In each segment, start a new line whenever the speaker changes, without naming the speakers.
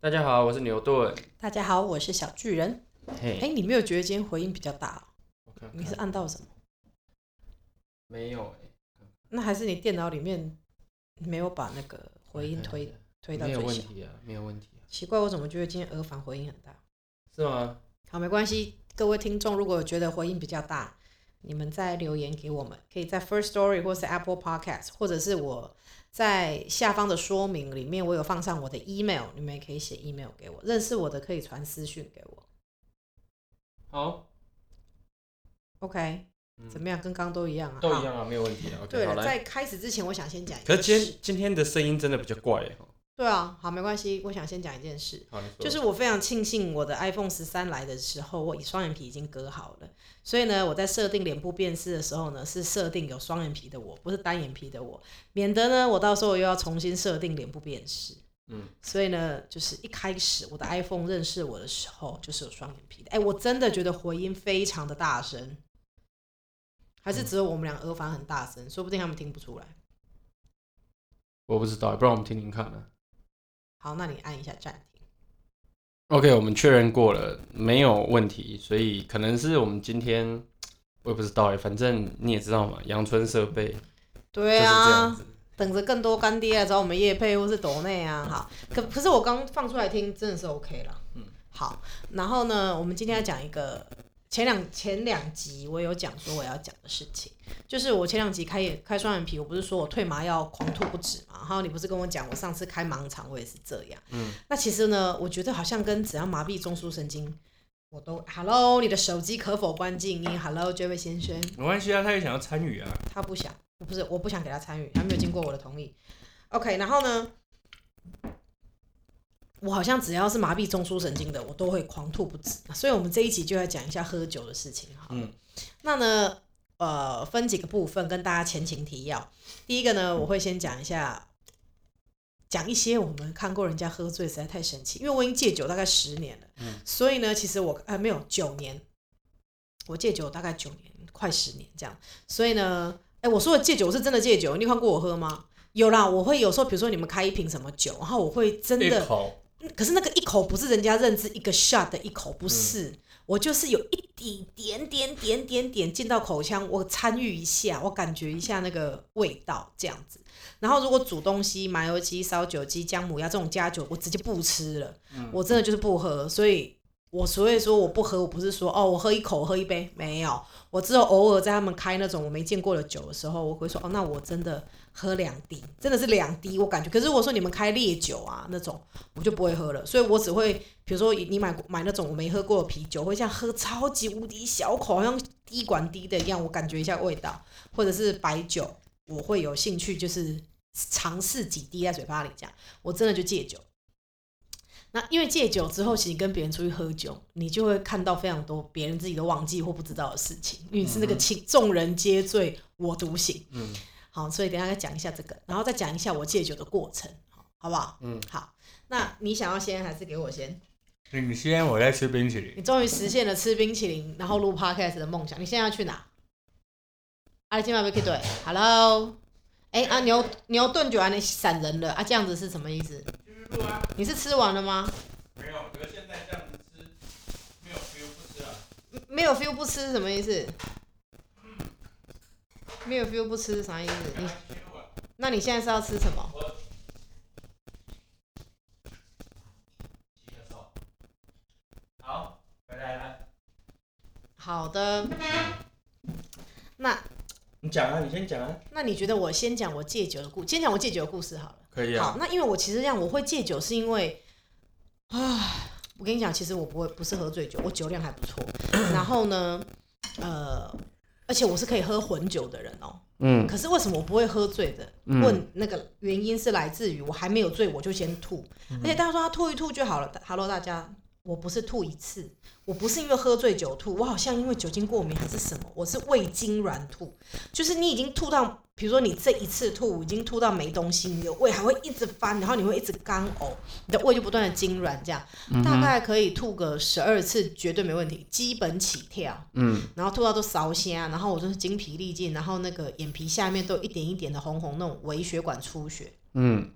大家好，我是牛顿。
大家好，我是小巨人。
嘿、
哎、你没有觉得今天回音比较大哦、
我看
你
看
是按到什么？
没有、欸？
那还是你电脑里面没有把那个回音
看看
推
看
推到
哎嗯没有
最
问
小？
题啊，没有问题啊，
奇怪，我怎么觉得今天耳返回音很大？
是吗？
好，没关系，各位听众，如果觉得回音比较大，你们再留言给我们，可以在 First Story 或是 Apple Podcast，或者是我在下方的说明里面，我有放上我的 email，你们也可以写 email 给我。认识我的可以传私讯给我。
好，
OK，
嗯
怎么样？跟刚刚都一样啊？
都
好
一。样啊，没有问题啊。OK，
对
好
了，
来。
在开始之前，我想先讲一
可
件
是
事。
今天今天的声音真的比较怪、欸，
对啊，好，没关系。我想先讲一件事，
好，你说。
就是我非常庆幸我的 iPhone 十三来的时候，我双眼皮已经割好了，所以呢，我在设定脸部辨识的时候呢，是设定有双眼皮的我，不是单眼皮的我，免得呢我到时候又要重新设定脸部辨识。
嗯，
所以呢，就是一开始我的 iPhone 认识我的时候，就是有双眼皮的。哎、我真的觉得回音非常的大声，还
嗯
是只有我们俩耳返很大声，说不定他们听不出来。
我不知道，不然我们听听看啊。
好，那你按一下暂停。
OK，我们确认过了，没有问题，所以可能是我们今天，我也不知道哎、反正你也知道嘛，阳春设备就
对
是这
啊
样，子。
等着更多干爹啊来找我们叶配或是抖内啊，好，可可是我刚放出来听真的是 OK 了，
嗯，
好，然后呢，我们今天要讲一个前两前两集我有讲说我要讲的事情，就是我前两集开眼开双眼皮，我不是说我退麻药狂吐不止嘛，然后你不是跟我讲我上次开盲肠我也是这样，
嗯，
那其实呢，我觉得好像跟只要麻痹中枢神经，我都 Hello，你的手机可否关静音？Hello，这位先生。
没关系啊，他也想要参与啊。
他不想，不是我不想给他参与，他没有经过我的同意。OK，然后呢，我好像只要是麻痹中枢神经的，我都会狂吐不止。所以，我们这一集就来讲一下喝酒的事情哈。
嗯，
那呢，呃，分几个部分跟大家前情提要。第一个呢，
嗯
我会先讲一下。讲一些我们看过人家喝醉实在太神奇，因为我已经戒酒大概十年了，
嗯
所以呢，其实我呃没有九年，我戒酒大概九年，快十年这样。所以呢，哎、我说的戒酒我是真的戒酒，你有看过我喝吗？有啦，我会有时候，比如说你们开一瓶什么酒，然后我会真
一
的，
口，
可是那个一口不是人家认知一个 shot 的一口，不是，我就是有一滴点点点点点进到口腔，我参与一下，我感觉一下那个味道这样子。然后如果煮东西，麻油鸡、烧酒鸡、姜母鸭这种加酒，我直接不吃了，
嗯
我真的就是不喝，所以。我所以说我不喝，我不是说哦，我喝一口，我喝一杯，没有，我只有偶尔在他们开那种我没见过的酒的时候，我会说哦，那我真的喝两滴，真的是两滴，我感觉。可是如果说你们开烈酒啊那种，我就不会喝了，所以我只会比如说你买买那种我没喝过的啤酒，会这样喝超级无敌小口，好像滴管滴的一样，我感觉一下味道，或者是白酒，我会有兴趣就是尝试几滴在嘴巴里这样，我真的就戒酒。那因为戒酒之后，其实跟别人出去喝酒，你就会看到非常多别人自己都忘记或不知道的事情，因为你是那个
嗯哼
情众人皆醉我独醒。
嗯
好，所以等一下再讲一下这个，然后再讲一下我戒酒的过程，好好不好？
嗯，
好，那你想要先还是给我先？
你先，我在吃冰淇淋。
你终于实现了吃冰淇淋，然后录 podcast 的梦想。你现在要去哪？啊阿里金马贝克对，Hello。哎、啊牛牛顿酒还能闪人了啊，这样子是什么意思？你是吃完了吗？
没有，可是现在这样子吃，没有 feel 不吃啊。
没有 feel 不吃是什么意思？没有 feel 不吃是啥意思？你那你现在是要吃什么？
好，回来了。
好的，那
你讲啊，你先讲啊。
那你觉得我先讲我戒酒的故，先讲我戒酒的故事好了。
可以啊。
好，那因为我其实这样，我会戒酒是因为，啊，我跟你讲，其实我不会不是喝醉酒，我酒量还不错。然后呢，呃，而且我是可以喝混酒的人哦。
嗯
可是为什么我不会喝醉的？
嗯
问那个原因是来自于我还没有醉，我就先吐。
嗯
而且大家说他吐一吐就好了。Hello，大家，我不是吐一次，我不是因为喝醉酒吐，我好像因为酒精过敏还是什么，我是胃痉挛吐，就是你已经吐到，比如说你这一次吐已经吐到没东西，你的胃还会一直翻，然后你会一直干呕，你的胃就不断的痉挛，这样
嗯
大概可以吐个十二次，绝对没问题，基本起跳。
嗯
然后吐到都烧瞎，然后我就是精疲力尽，然后那个眼皮下面都有一点一点的红红那种微血管出血。
嗯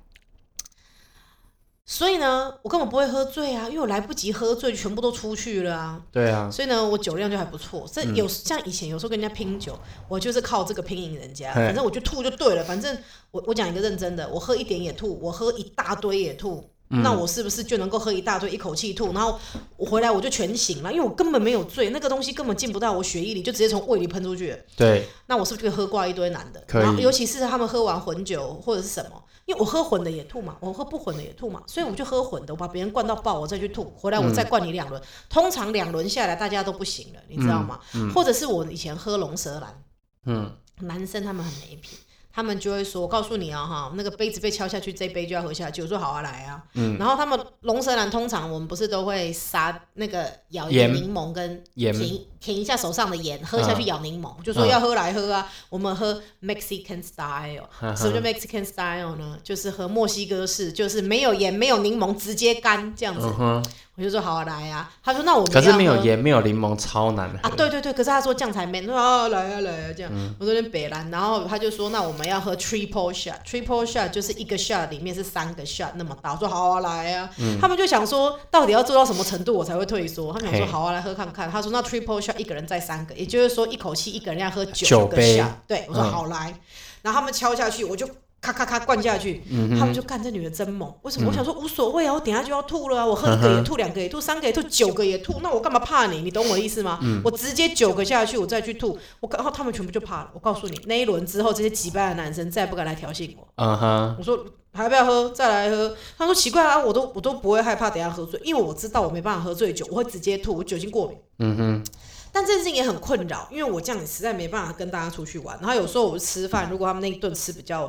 所以呢，我根本不会喝醉啊，因为我来不及喝醉，全部都出去了啊。
对啊，
所以呢，我酒量就还不错。这有、像以前有时候跟人家拼酒，我就是靠这个拼赢人家。
嘿
反正我就吐就对了。反正我我讲一个认真的，我喝一点也吐，我喝一大堆也吐。那我是不是就能够喝一大堆，一口气吐？然后我回来我就全醒了，因为我根本没有醉，那个东西根本进不到我血液里，就直接从胃里喷出去了。
对，
那我是不是就可以喝挂一堆男的？
可以
然后尤其是他们喝完混酒或者是什么，因为我喝混的也吐嘛，我喝不混的也吐嘛，所以我就喝混的，我把别人灌到爆，我再去吐，回来我再灌你两轮。通常两轮下来大家都不行了，你知道吗？或者是我以前喝龙舌兰，
嗯，
男生他们很没品。他们就会说：“我告诉你啊，哈，那个杯子被敲下去，这杯就要喝下去。”我说：“好啊，来啊。”
嗯
然后他们龙舌兰通常我们不是都会撒那个咬一个
盐
柠檬跟
盐
停停一下手上的盐，喝下去咬柠檬，就说
嗯
要喝来喝啊。我们喝 Mexican style，、
嗯
什么叫 Mexican style 呢？就是喝墨西哥式，就是没有盐、没有柠檬，直接干这样子。
嗯哼，
我就说好、啊、来啊，他说那我们
可是
要
没有
喝
盐，没有柠檬，超难喝
啊，对对对，可是他说酱才没，说啊来啊来啊这样，
嗯
我说有点北蓝，然后他就说那我们要喝 triple shot，triple shot 就是一个 shot 里面是三个 shot 那么大，我说好啊来啊，
嗯
他们就想说到底要做到什么程度我才会退缩，他们想说
嘿
好啊来喝看看，他说那 triple shot 一个人再三个，也就是说一口气一个人要喝九
九
个
杯
shot，对我说
嗯
好来，然后他们敲下去我就。咔咔咔灌下去，
嗯
他们就干这女的真猛。为什么？我想说无所谓啊，我等一下就要吐了啊，我喝一
嗯
个也吐，两个也吐，三个也吐，九个也吐，那我干嘛怕你？你懂我意思吗？
嗯
我直接九个下去，我再去吐，我然后他们全部就怕了。我告诉你，那一轮之后，这些击败的男生再也不敢来挑衅我。
嗯哼，
我说还要不要喝？再来喝。他说奇怪啊，我都我都不会害怕等一下喝醉，因为我知道我没办法喝醉酒，我会直接吐，我酒精过敏。
嗯哼，
但这件事情也很困扰，因为我这样也实在没办法跟大家出去玩。然后有时候我吃饭，如果他们那一顿吃比较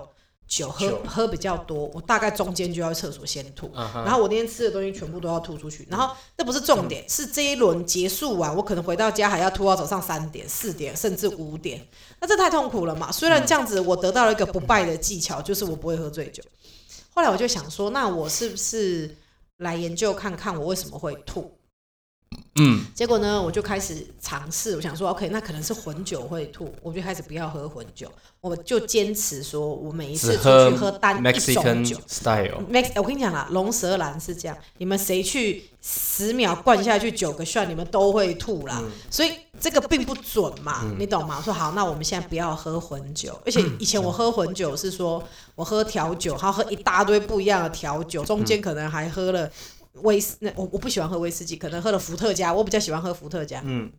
久，喝
久
喝比较多，我大概中间就要去厕所先吐。
嗯哼，
然后我那天吃的东西全部都要吐出去，然后那不是重点，是这一轮结束完，我可能回到家还要吐到早上三点、四点，甚至五点，那这太痛苦了嘛。虽然这样子，我得到了一个不败的技巧，就是我不会喝醉酒。后来我就想说，那我是不是来研究看看我为什么会吐？
嗯，
结果呢，我就开始尝试，我想说，OK，那可能是混酒会吐，我就开始不要喝混酒，我就坚持说我每一次
只
出去
喝
喝单一种
Mexican
酒。
style，
Max，我哎跟你讲啦，龙舌兰是这样，你们谁去十秒灌下去九个 shot，你们都会吐啦。所以这个并不准嘛，你懂吗？我说好，那我们现在不要喝混酒，而且以前我喝混酒是说我喝调酒，还要喝一大堆不一样的调酒，中间可能还喝了。威士，那我我不喜欢喝威士忌，可能喝了伏特加，我比较喜欢喝伏特加。
嗯，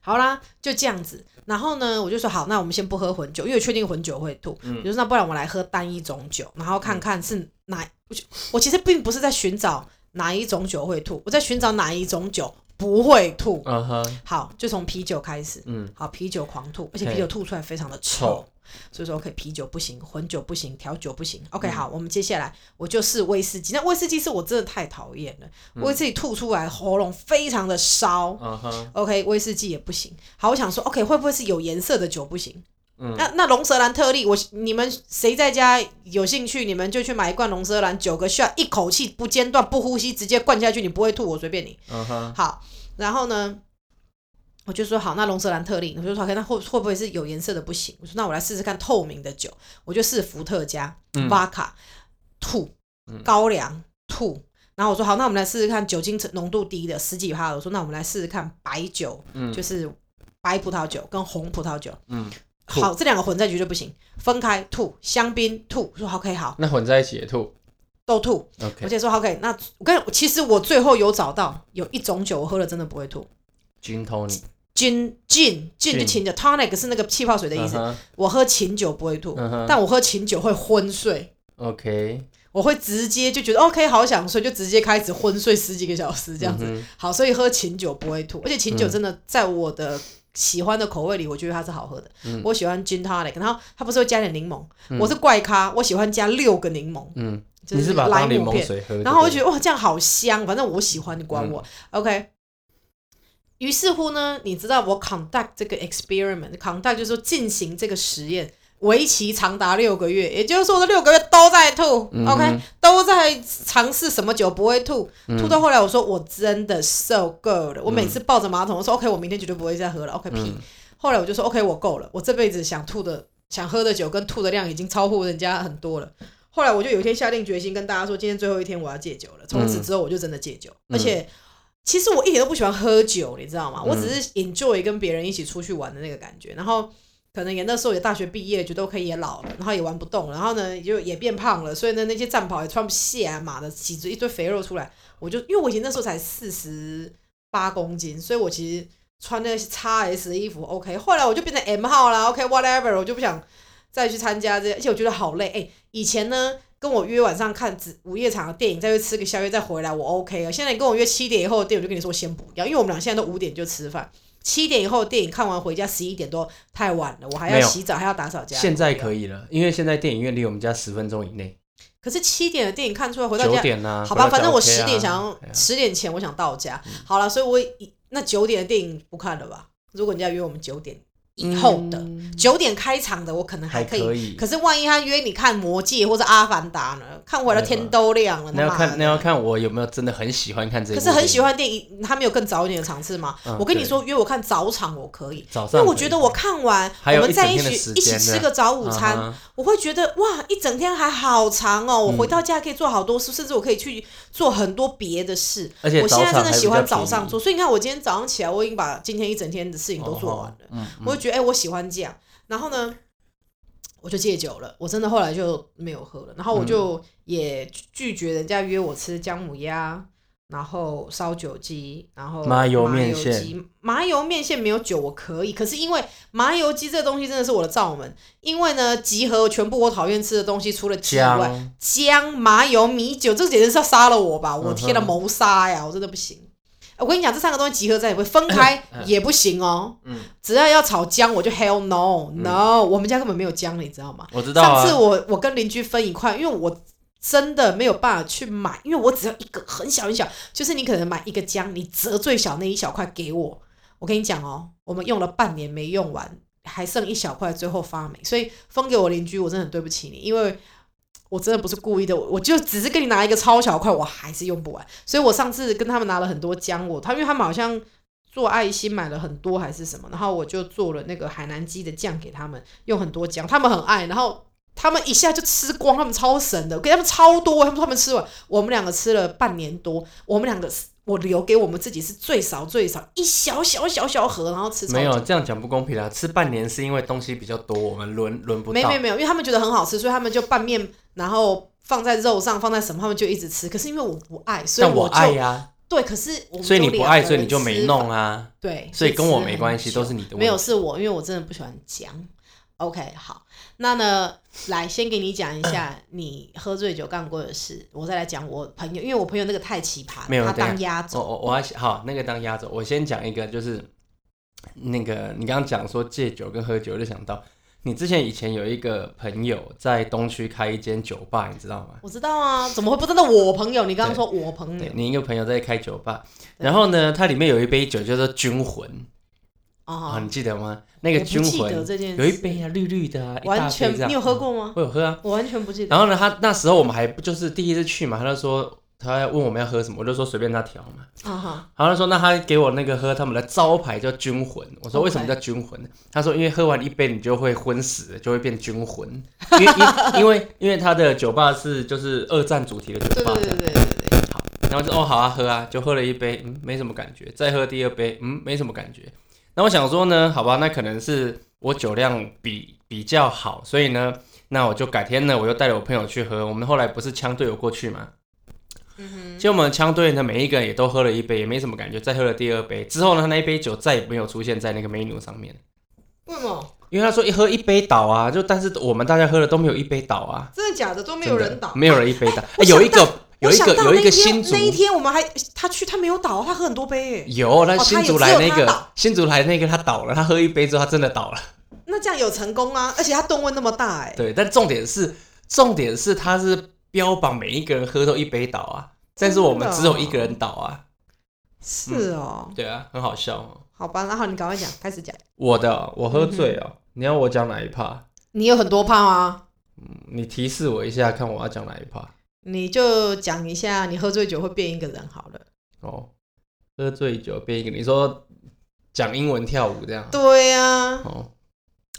好啦，就这样子。然后呢，我就说好，那我们先不喝混酒，因为我确定混酒会吐。我就说那不然我来喝单一种酒，然后看看是哪。我就我其实并不是在寻找哪一种酒会吐，我在寻找哪一种酒不会吐。
嗯哼，
好，就从啤酒开始。
嗯，
好，啤酒狂吐，而且
嘿
啤酒吐出来非常的臭
臭，
所以说 OK，啤酒不行，混酒不行，调酒不行。OK，、好，我们接下来我就是威士忌。那威士忌是我真的太讨厌了，威士忌吐出来喉咙非常的烧。
嗯哼，
OK，威士忌也不行。好，我想说，OK，会不会是有颜色的酒不行？
嗯
那那龙舌兰特例，我你们谁在家有兴趣，你们就去买一罐龙舌兰，九个 shot，一口气不间断不呼吸，直接灌下去，你不会吐，我随便你。
嗯哼，
好，然后呢，我就说好，那龙舌兰特例，我就说 OK，那会会不会是有颜色的不行？我说那我来试试看透明的酒，我就试伏特加、
嗯
巴卡、吐、
嗯
高粱、吐。然后我说好，那我们来试试看酒精浓度低的十几趴的。我说那我们来试试看白酒，
嗯
就是白葡萄酒跟红葡萄酒。
嗯，吐
好，这两个混在一起就不行，分开吐，香槟吐。我说 OK 好，
那混在一起也吐
都吐。我
，OK，
就说 OK，那我跟其实我最后有找到有一种酒我喝了真的不会吐，
均偷你
gin gin gin 就
Gin
琴酒，tonic 是那个气泡水的意思。
嗯哼
我喝琴酒不会吐，
嗯哼
但我喝琴酒会昏睡，
，OK，
我会直接就觉得 OK 好想睡，就直接开始昏睡十几个小时这样子。
嗯哼
好，所以喝琴酒不会吐，而且琴酒
嗯
真的在我的。喜欢的口味里，我觉得它是好喝的。
嗯
我喜欢 gin tonic，然后它不是会加点柠檬？
嗯
我是怪咖，我喜欢加六个柠檬，
嗯，
就
你是把它
莱
当柠
姆
檬
片。
水喝就对了，嗯
然后我就觉得哇，这样好香，反正我喜欢，你管我、OK。于是乎呢，你知道我 conduct 这个 experiment，conduct 就是说进行这个实验，为期长达六个月，也就是说我这六个月都在吐、
嗯
o
哼
k 都在尝试什么酒不会吐，
嗯
吐到后来我说我真的受够了，我每次抱着马桶我说 OK，我明天绝对不会再喝了，OK 屁。
嗯
后来我就说 OK，我够了，我这辈子想吐的、想喝的酒跟吐的量已经超乎人家很多了。后来我就有一天下定决心跟大家说，今天最后一天我要戒酒了。从此之后我就真的戒酒，而且其实我一点都不喜欢喝酒，你知道吗？我只是 enjoy 跟别人一起出去玩的那个感觉。然后可能也那时候也大学毕业，觉得 OK 也老了，然后也玩不动了，然后呢就也变胖了，所以呢那些战袍也穿不下、啊，妈的起着一堆肥肉出来。我就因为我以前那时候才四十八公斤，所以我其实穿那个 XS 的衣服 OK。后来我就变成 M 号啦，OK whatever，我就不想再去参加这些，而且我觉得好累。哎、以前呢跟我约晚上看只午夜场的电影，再去吃个宵夜再回来，我 OK 啊。现在你跟我约七点以后的电影，我就跟你说先不要，因为我们俩现在都五点就吃饭。七点以后的电影看完回家十一点多太晚了，我还
没
要
有
洗澡，还要打扫家。
现在
以，
可以了，因为现在电影院离我们家十分钟以内，
可是七点的电影看出来回到
九
家
点呐、
好吧，
回到
反
家
正我
OK 啊
十点想要
哎呀
十点前我想到家，好了，所以我以那九点的电影不看了吧？如果人家约我们九点以后的，
嗯
九、点开场的我可能还
还
可
可
以，
以
可是万一他约你看《魔戒》或者《阿凡达》呢？看回来天都亮了，
那要
他妈的
看那要看我有没有真的很喜欢看这一
可
部
是
电影，
很喜欢电影，他没有更早一点的场次吗？
嗯
我跟你说，约我看早场我可以，
早
因
上可
为
以，
我觉得我看完，我
还有
们在
一整天的
起
时
一起
间
吃
呢
个早午餐，
啊哈
我会觉得哇，一整天还好长哦！我回
嗯
到家可以做好多事，甚至我可以去做很多别的事。
而且
我现在真的喜欢早
早
上
上
做，所以你看，我今天早上起来，我已经把今天一整天的事情都做完了。
哦嗯，
我就觉得，哎、我喜欢这样。然后呢，我就戒酒了。我真的后来就没有喝了。然后我
嗯
就也拒绝人家约我吃姜母鸭，然后烧酒鸡，然后
麻油
麻
面
鸡
线。
麻油面线没有酒我可以，可是因为麻油鸡这东西真的是我的罩门，因为呢，集合全部我讨厌吃的东西，除了鸡以外，
姜
姜、麻油、米酒，这简直是要杀了我吧！我
嗯哼
天呐，谋杀呀！我真的不行。我跟你讲，这三个东西集合在一起，分开
嗯
也不行哦。
嗯
只要要炒姜，我就 hell no no，、我们家根本没有姜，你知道吗？
我知道
上次
啊，
我我跟邻居分一块，因为我真的没有办法去买，因为我只要一个很小很小，就是你可能买一个姜，你折最小那一小块给我。我跟你讲哦，我们用了半年没用完，还剩一小块，最后发霉，所以分给我邻居，我真的很对不起你，因为。我真的不是故意的，我我就只是跟你拿一个超小块，我还是用不完，所以我上次跟他们拿了很多姜，我他因为他们好像做爱心买了很多还是什么，然后我就做了那个海南鸡的酱给他们，用很多姜，他们很爱，然后他们一下就吃光，他们超神的，我给他们超多，他们说他们吃完，我们两个吃了半年多，我们两个我留给我们自己是最少最少一小小小小盒，然后吃超
没有
级。
这样讲不公平啦。吃半年是因为东西比较多，我们轮轮不
没
到
没。没有，因为他们觉得很好吃，所以他们就拌面，然后放在肉上，放在什么，他们就一直吃。可是因为我不爱，所以
但我
就
爱呀，
对，可是我们
所以你
就
不
两
爱，
个
所以你
人
就
吃
没
法
弄啊。
对，
所以跟我
吃
没
很
关系，
久
都是你的问题。
没有是我，因为我真的不喜欢姜。OK，好，那呢，来先给你讲一 下你喝醉酒干过的事，我再来讲我朋友，因为我朋友那个太奇葩
没有
了，他
等一下哦
当压
我
轴，
我我要先好那个当压轴，我先讲一个，就是那个你刚刚讲说戒酒跟喝酒，我就想到你之前以前有一个朋友在东区开一间酒吧，你知道吗？
我知道啊，怎么会不知道我朋友？你刚刚说我朋
对
友，
你一个朋友在开酒吧，
对
然后呢，它里面有一杯酒叫做军魂啊，
啊，
你记得吗？那个
我不
军
记得
魂
这件事，
有一杯啊，绿绿的啊，一大
完
杯
全
这样
你有喝？过吗？
我有喝啊，
我完全不记得，
然后呢，他那时候我们还不就是第一次去嘛，他就说他问我们要喝什么，我就说随便他调嘛。
啊哈，
然后他说那他给我那个喝他们的招牌叫军魂，我说
OK
为什么叫军魂他说因为喝完一杯你就会昏死，就会变军魂，因为因因为因为他的酒吧是就是二战主题的酒
对
吧
对
这
对
样。
对对对，
然后就哦好啊喝啊，就喝了一杯，嗯没什么感觉，再喝第二杯，嗯没什么感觉。那我想说呢，好吧，那可能是我酒量比比较好，所以呢，那我就改天呢，我又带了我朋友去喝。我们后来不是枪队友过去嘛，
嗯
其实我们枪队呢每一个人也都喝了一杯，也没什么感觉，再喝了第二杯之后呢，那一杯酒再也没有出现在那个 menu 上面，
哼，为什么？
因为他说一喝一杯倒啊，就但是我们大家喝的都没有一杯倒啊，
真的假的？都没有
真的
人倒，
没有人一杯倒，
我
哎有一个有
我
一
想
个
到
有
那
一个新
天
竹
那一天我们还他去他没有倒，啊他喝很多杯耶。
有，那
哦他
新
有
竹
只
来
有
那
他
个、
倒
新竹来那个他倒了，他喝一杯之后他真的倒了。
那这样有成功啊，而且他吨位那么大哎、
对，但重点是重点是他是标榜每一个人喝都一杯倒啊，但是我们只有一个人倒啊。
哦是哦，
对啊，很好笑、哦。
好吧，然后你赶快讲，开始讲。
我的哦我喝醉
嗯
哦，你要我讲哪一趴？
你有很多趴吗？
你提示我一下，看我要讲哪一趴
你就讲一下，你喝醉酒会变一个人好了。
哦。喝醉酒变一个，你说讲英文跳舞这样啊？
对呀、啊，
哦，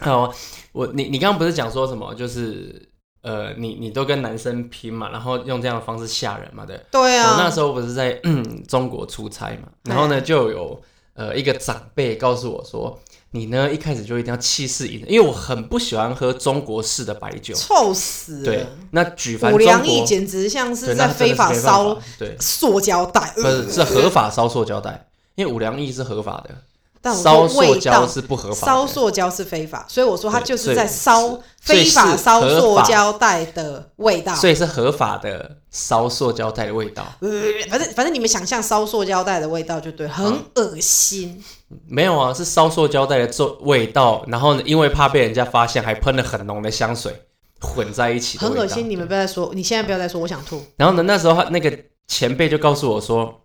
好，我你你刚刚不是讲说什么？就是呃，你你都跟男生拼嘛，然后用这样的方式吓人嘛，对。
对
我哦那
啊，
时候不是在嗯中国出差嘛，然后呢就有呃一个长辈告诉我说，你呢一开始就一定要气势赢人，因为我很不喜欢喝中国式的白酒。
臭死
对
了！，
那举凡
五
中
粮液
国
简直像
对
是
那真
在
的是
非法
没办
烧
法对，
塑胶袋，呃
不是是合法烧塑胶袋，因为五粮液是合法的，
但
烧
我说
塑
味
胶
道
是不合法
烧
的。
塑胶是非法，所以我说它
对
就是
所以
在烧
所以
非法
是
烧
合
塑
法
胶袋的味道。
所以是合法的烧塑胶袋的味道，
呃反正反正你们想象烧塑胶袋的味道就对，
嗯
很恶心。
没有啊，是烧塑胶袋的做味道，然后呢，因为怕被人家发现，还喷了很浓的香水混在一起的
很
味道，
恶心。你们不要再说，你现在不要再说，我想吐。
然后呢，那时候他那个前辈就告诉我说，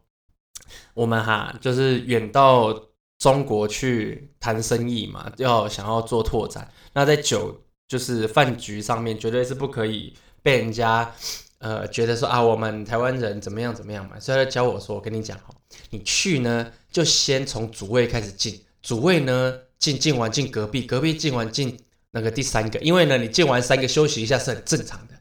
我们哈就是远到中国去谈生意嘛，要想要做拓展，那在酒就是饭局上面绝对是不可以被人家呃觉得说啊，我们台湾人怎么样怎么样嘛，所以他就教我说，我跟你讲哦，你去呢就先从主位开始进，主位呢进进完进隔壁，隔壁进完进那个第三个，因为呢你进完三个休息一下是很正常的。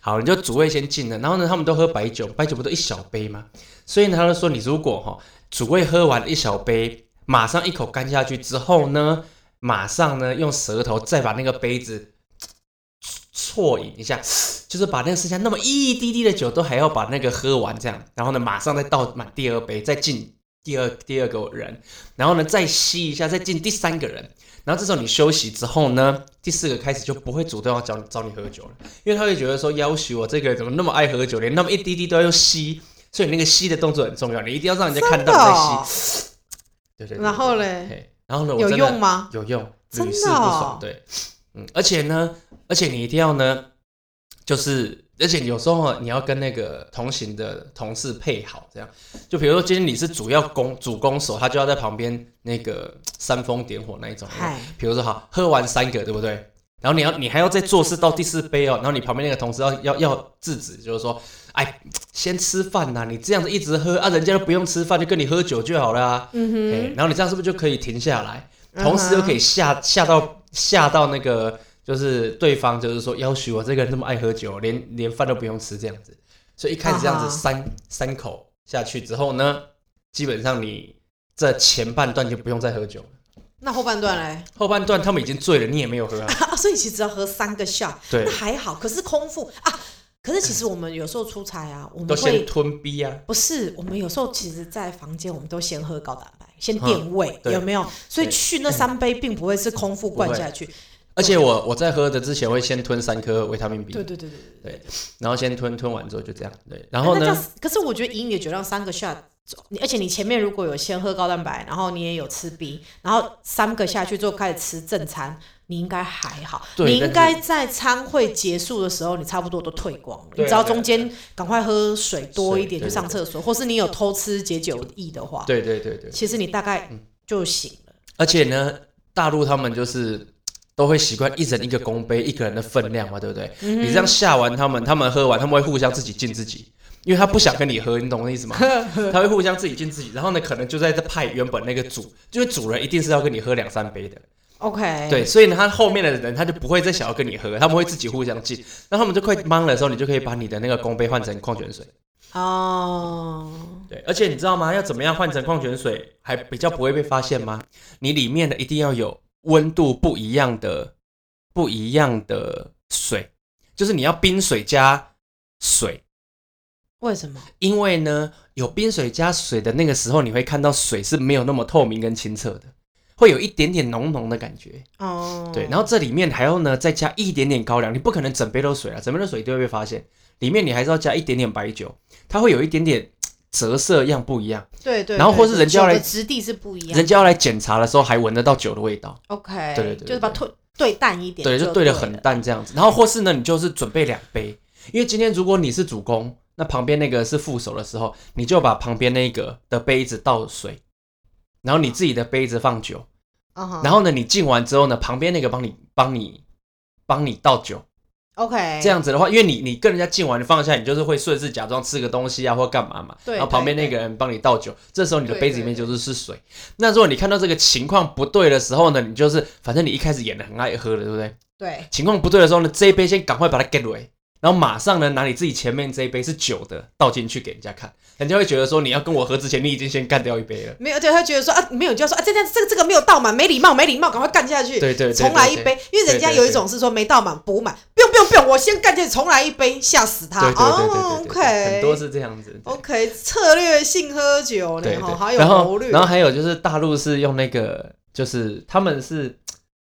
好，你就主位先进了，然后呢，他们都喝白酒，白酒不都一小杯吗？所以呢，他就说你如果哈、主位喝完一小杯，马上一口干下去之后呢，马上呢用舌头再把那个杯子啜饮一下，就是把那个剩下那么一滴滴的酒都还要把那个喝完这样，然后呢马上再倒满第二杯，再进第二第二个人，然后呢再吸一下，再进第三个人。然后这时候你休息之后呢，第四个开始就不会主动要找你找你喝酒了。因为他会觉得说，要许我这个人怎么那么爱喝酒，连那么一滴滴都要用吸，所以你那个吸的动作很重要，你一定要让人家看
真
到
的
你在
哦
吸。，对对对
然后嘞，
嘿然后呢，我
哎有
真的
用吗？
有用，
真
屡试
的
不
哦
爽。对，嗯，而且呢，而且你一定要呢，就是，而且有时候啊你要跟那个同行的同事配好，这样。就比如说今天你是主要攻主攻手，他就要在旁边那个煽风点火那一种。有没有
嗨，
比如说好，喝完三个，对不对？然后你要你还要再做事到第四杯哦，然后你旁边那个同事要要要制止，就是说，哎，先吃饭呐、你这样子一直喝啊，人家都不用吃饭，就跟你喝酒就好了啊。哎
嗯
然后你这样是不是就可以停下来？
哼，
同时又可
嗯
以吓吓到吓到那个，就是对方就是说，要许我这个人这么爱喝酒，连连饭都不用吃这样子。所以一开始这样
啊哈
子三、三口下去之后呢，基本上你这前半段就不用再喝酒了，
哼。那后半段嘞，
后半段他们已经醉了，你也没有喝啊。
啊，所以其实只要喝三个 shot，
对
那，还好。可是空腹啊，可是其实我们有时候出差啊，我
都
们
先
会
吞逼啊。
不是，我们有时候其实，在房间我们都先喝高蛋白，先垫胃，
嗯对
有没有？所以
对
去那三杯并不会是空腹灌下去。
而且我我在喝的之前会先吞三颗维他命 B，
对对对对对。
然后先吞吞完之后就这样。对，然后
哎那这
呢
样？可是我觉得以你的酒量，三个 shot，你而且你前面如果有先喝高蛋白，然后你也有吃 B，然后三个下去之后开始吃正餐，你应该还好。
对
你应
但是
该在餐会结束的时候，你差不多都退光了。你
对啊
只要
对啊
中间赶快喝水多一点，
水
去
对
上厕所，或是你有偷吃解酒液的话，
对对对对。嗯
其实你大概就行了。
而且呢，大陆他们就是都会习惯一人一个公杯，一个人的分量嘛，对不对？你这样吓完他们，他们喝完，他们会互相自己敬自己，因为他不想跟你喝，你懂我的意思吗？他会互相自己敬自己，然后呢，可能就在这派原本那个主，就是主人一定是要跟你喝两三杯的，
OK，
对，所以呢，他后面的人他就不会再想要跟你喝，他们会自己互相敬，那他们就快懵了的时候，你就可以把你的那个公杯换成矿泉水。
哦，
对，而且你知道吗？要怎么样换成矿泉水还比较不会被发现吗？你里面的一定要有温度不一样的、不一样的水，就是你要冰水加水，
为什么？
因为呢，有冰水加水的那个时候，你会看到水是没有那么透明跟清澈的，会有一点点浓浓的感觉。
哦，
对，然后这里面还要呢再加一点点高粱，你不可能整杯都水啊，整杯都水一定会被发现。里面你还是要加一点点白酒，它会有一点点折射样不一样。
对对，
然后
对
或是人家
酒
来
的质地是不一样的。
人家要来检查的时候还闻得到酒的味道，
OK，
对对对对
就是把它对对淡一点，
对，就
就
对
了
的很。淡这样子。然后或是呢，你就是准备两杯，因为今天如果你是主攻，那旁边那个是副手的时候，你就把旁边那个的杯子倒水，然后你自己的杯子放酒，
然
然后呢，你敬完之后呢，旁边那个帮你帮你帮你倒酒，
OK，
这样子的话，因为你你跟人家敬完，你放下，你就是会顺势假装吃个东西啊，或干嘛嘛。
对
然后旁边那个人帮你倒酒，这时候你的
对
杯子里面就是是水。那如果你看到这个情况不对的时候呢，你就是反正你一开始演的很爱喝的，对不对？
对
情况不对的时候呢，这一杯先赶快把它 get 回，然后马上呢拿你自己前面这一杯是酒的倒进去给人家看，人家会觉得说你要跟我喝之前，你已经先干掉一杯了。
没有，对他觉得说啊，没有就要说啊，这这这个这个没有倒满，没礼貌，没礼貌，赶快干下去，
对对对
重来一。杯，因为人家有一种是说没倒满补满，不用不用不用，我先干下去重来一杯，吓死他。
对对对对
哦
对对对
，OK，
很多是这样子。对
OK，策略性喝酒
对
呢，吼，还
对，
有
然
谋
后
略，哦
然后还有就是大陆是用那个，就是他们是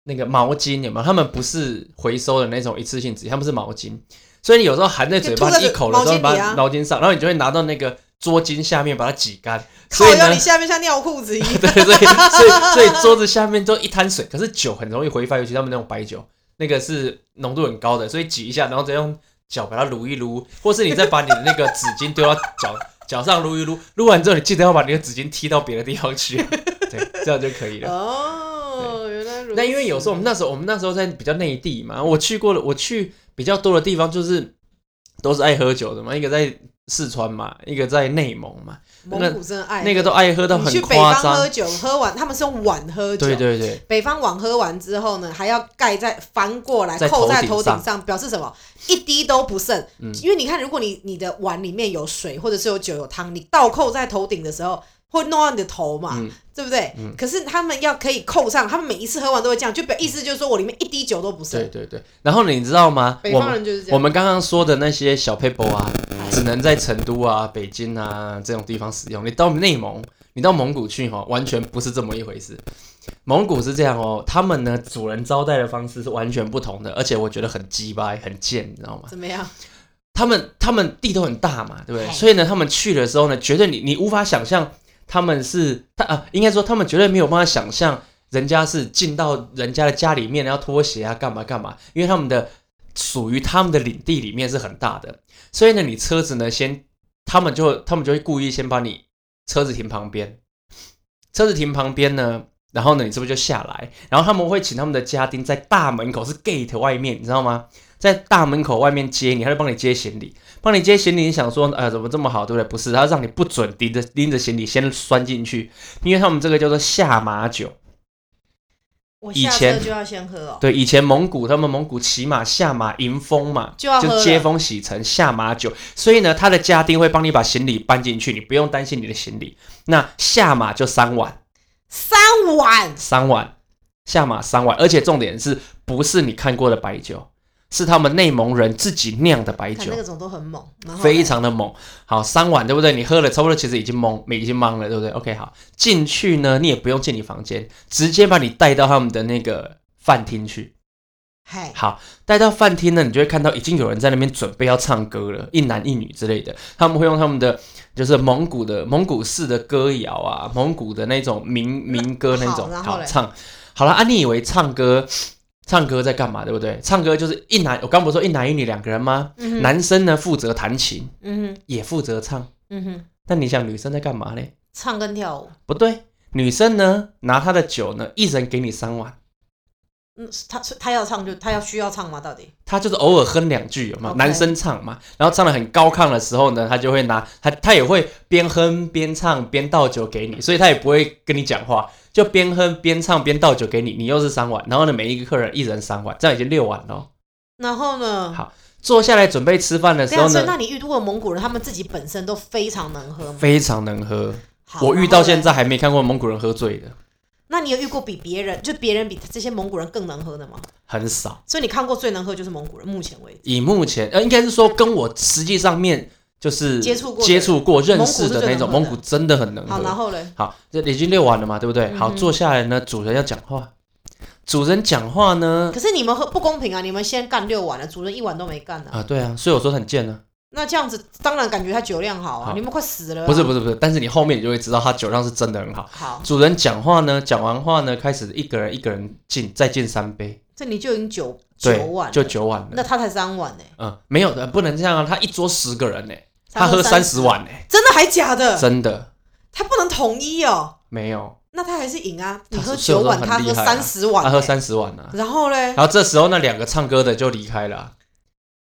那个毛巾有没有？他们不是回收的那种一次性纸，他们是毛巾，所以你有时候含在嘴巴
就吐在
一口的时
毛巾
候，
里
把
啊
毛巾上，然后你就会拿到那个桌巾下面把它挤干，
靠
所以
腰
呢，
你。下面像尿裤子一样
对，所以所以所以桌子下面就一滩水，可是酒很容易挥发，尤其他们那种白酒，那个是浓度很高的，所以挤一下，然后再用脚把它撸一撸，或是你再把你的那个纸巾丢到脚脚上撸一撸，撸完之后你记得要把你的纸巾踢到别的地方去，对，这样就可以了。
哦，原来如此。
那因为有时候我们那时候我们那时候在比较内地嘛，我去过的我去比较多的地方就是都是爱喝酒的嘛，一个在四川嘛，一个在内蒙嘛，
蒙古真爱
那个都爱喝到
你去
很
北
夸
方喝
张，
酒，喝完他们是用碗喝酒，
对对对，
北方碗喝完之后呢，还要盖在翻过来
在头
扣在
顶
头
上
顶上，表示什么？一滴都不剩。
嗯
因为你看，如果你你的碗里面有水，或者是有酒有汤，你倒扣在头顶的时候。会弄到你的头嘛，
嗯
对不对？
嗯
可是他们要可以扣上，他们每一次喝完都会这样，就表意思就是说我里面一滴酒都不
对
剩。
对对，然后你知道吗？
北
我
方
们
人就是这
我
样。
们刚刚说的那些小 paper 啊，只能在成都啊、北京啊这种地方使用。你到内蒙，你到蒙古去哈、完全不是这么一回事。蒙古是这样哦，他们呢主人招待的方式是完全不同的，而且我觉得很鸡掰、很贱，你知道吗？
怎么样？
他们他们地都很大嘛，对不对？
嘿
所以呢，他们去的时候呢，绝对你你无法想象他们是他啊、应该说他们绝对没有办法想象人家是进到人家的家里面，然后脱鞋啊，干嘛干嘛，因为他们的属于他们的领地里面是很大的，所以呢，你车子呢先他们就他们就会故意先把你车子停旁边，车子停旁边呢。然后呢，你是不是就下来？然后他们会请他们的家丁在大门口是 gate 外面，你知道吗？在大门口外面接你，他就帮你接行李。帮你接行李，你想说，哎、怎么这么好，对不对？不是，他让你不准拎着拎着行李先拴进去，因为他们这个叫做下马酒。
我
以前
就要先喝哦，
对，以前蒙古他们蒙古骑马下马迎风嘛，
就要喝
就
了
接风洗尘下马酒，所以呢，他的家丁会帮你把行李搬进去，你不用担心你的行李。那下马就三碗，
三碗
三碗下马三碗，而且重点是不是你看过的白酒，是他们内蒙人自己酿的白
看
酒
那。个种都很猛，然后
非常的猛。好，三碗对不对？你喝了差不多，其实已经懵，已经懵了，对不对？OK，好，进去呢，你也不用进你房间，直接把你带到他们的那个饭厅去。
嗨，
好，带到饭厅呢，你就会看到已经有人在那边准备要唱歌了，一男一女之类的。他们会用他们的就是蒙古的蒙古式的歌谣啊，蒙古的那种民民歌那种
好，然后
好
嘞
唱。好了啊，你以为唱歌唱歌在干嘛，对不对？唱歌就是一男，我刚不是说一男一女两个人吗？
嗯哼
男生呢负责弹琴，
嗯哼
也负责唱。
嗯哼，
那你想女生在干嘛嘞？
唱跟跳舞，
不对，女生呢拿她的酒呢，一人给你三碗，
嗯，他他要唱就他要需要唱吗？到底？
她就是偶尔哼两句，有吗
OK
男生唱嘛，然后唱的很高亢的时候呢，她就会拿她她也会边哼边唱边倒酒给你，所以她也不会跟你讲话，就边哼边唱边倒酒给你，你又是三碗，然后呢每一个客人一人三碗，这样已经六碗了。
然后呢？
好坐下来准备吃饭的
对
时
啊，
候
所以那
呢，
你遇过的蒙古人，他们自己本身都非常能喝吗？
非常能喝，
好
我遇到现。
然后嘞
在还没看过蒙古人喝醉的，
那你有遇过比别人，就别人比这些蒙古人更能喝的吗？
很少。
所以你看过最能喝就是蒙古人，目前为止。
以目前呃，应该是说跟我实际上面就是
接触过的
接触过、认
蒙古
识
是
的
最
那
能
种，
喝的
蒙古真的很能
好，然
喝。
后嘞，
好，这已经六碗了嘛，对不对？好，
嗯哼
坐下来呢，主人要讲话，主人讲话呢，
可是你们喝不公平啊！你们先干六碗了，主人一碗都没干呢、
啊，对啊，所以我说很贱呢、
那这样子，当然感觉他酒量好啊，
好
你们快死了、
不是不
是，
是不是，但是你后面你就会知道他酒量是真的很好。
好，
主人讲话呢，讲完话呢，开始一个人一个人敬，再敬三杯，
这你就已经九九
对
碗，，
就，九碗
那
了。
他才三碗呢、
嗯，没有的，不能这样啊！他一桌十个人呢、欸他喝三十，碗呢、
真的还假的？
真的
他不能统一哦，
没有，
那他还是赢啊！你
他
喝
是所以我
九
说
碗，
很
他
厉
喝
害啊
三十碗、欸
他喝，三十碗呢、啊。
然后嘞，
然后这时候那两个唱歌的就离开了啊、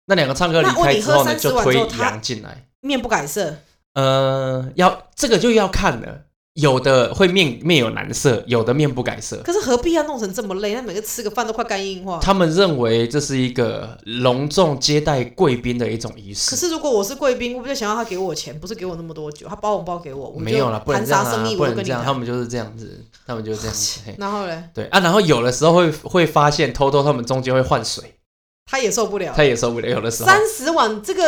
那两个唱歌离
那问
开
你
之后
喝
呢，
30
就
碗
推
之后他
羊进来。
面不改色，
呃，要这个就要看了，有的会面面有难色，有的面不改色。
可是何必要弄成这么累？那每个吃个饭都快肝硬化。
他们认为这是一个隆重接待贵宾的一种仪式。
可是如果我是贵宾，我比较想要他给我钱，不是给我那么多酒，他包红包给我，我就
没有了，不能
谈
这样
啥
啊
生意，
不
我就
能
跟你
这样，他
谈。
们就是这样子，他们就是这样子。嘿
然后嘞，
对啊，然后有的时候会会发现偷偷他们中间会换水，
他也受不了，
他也哦受不了。有的时候
三十碗这个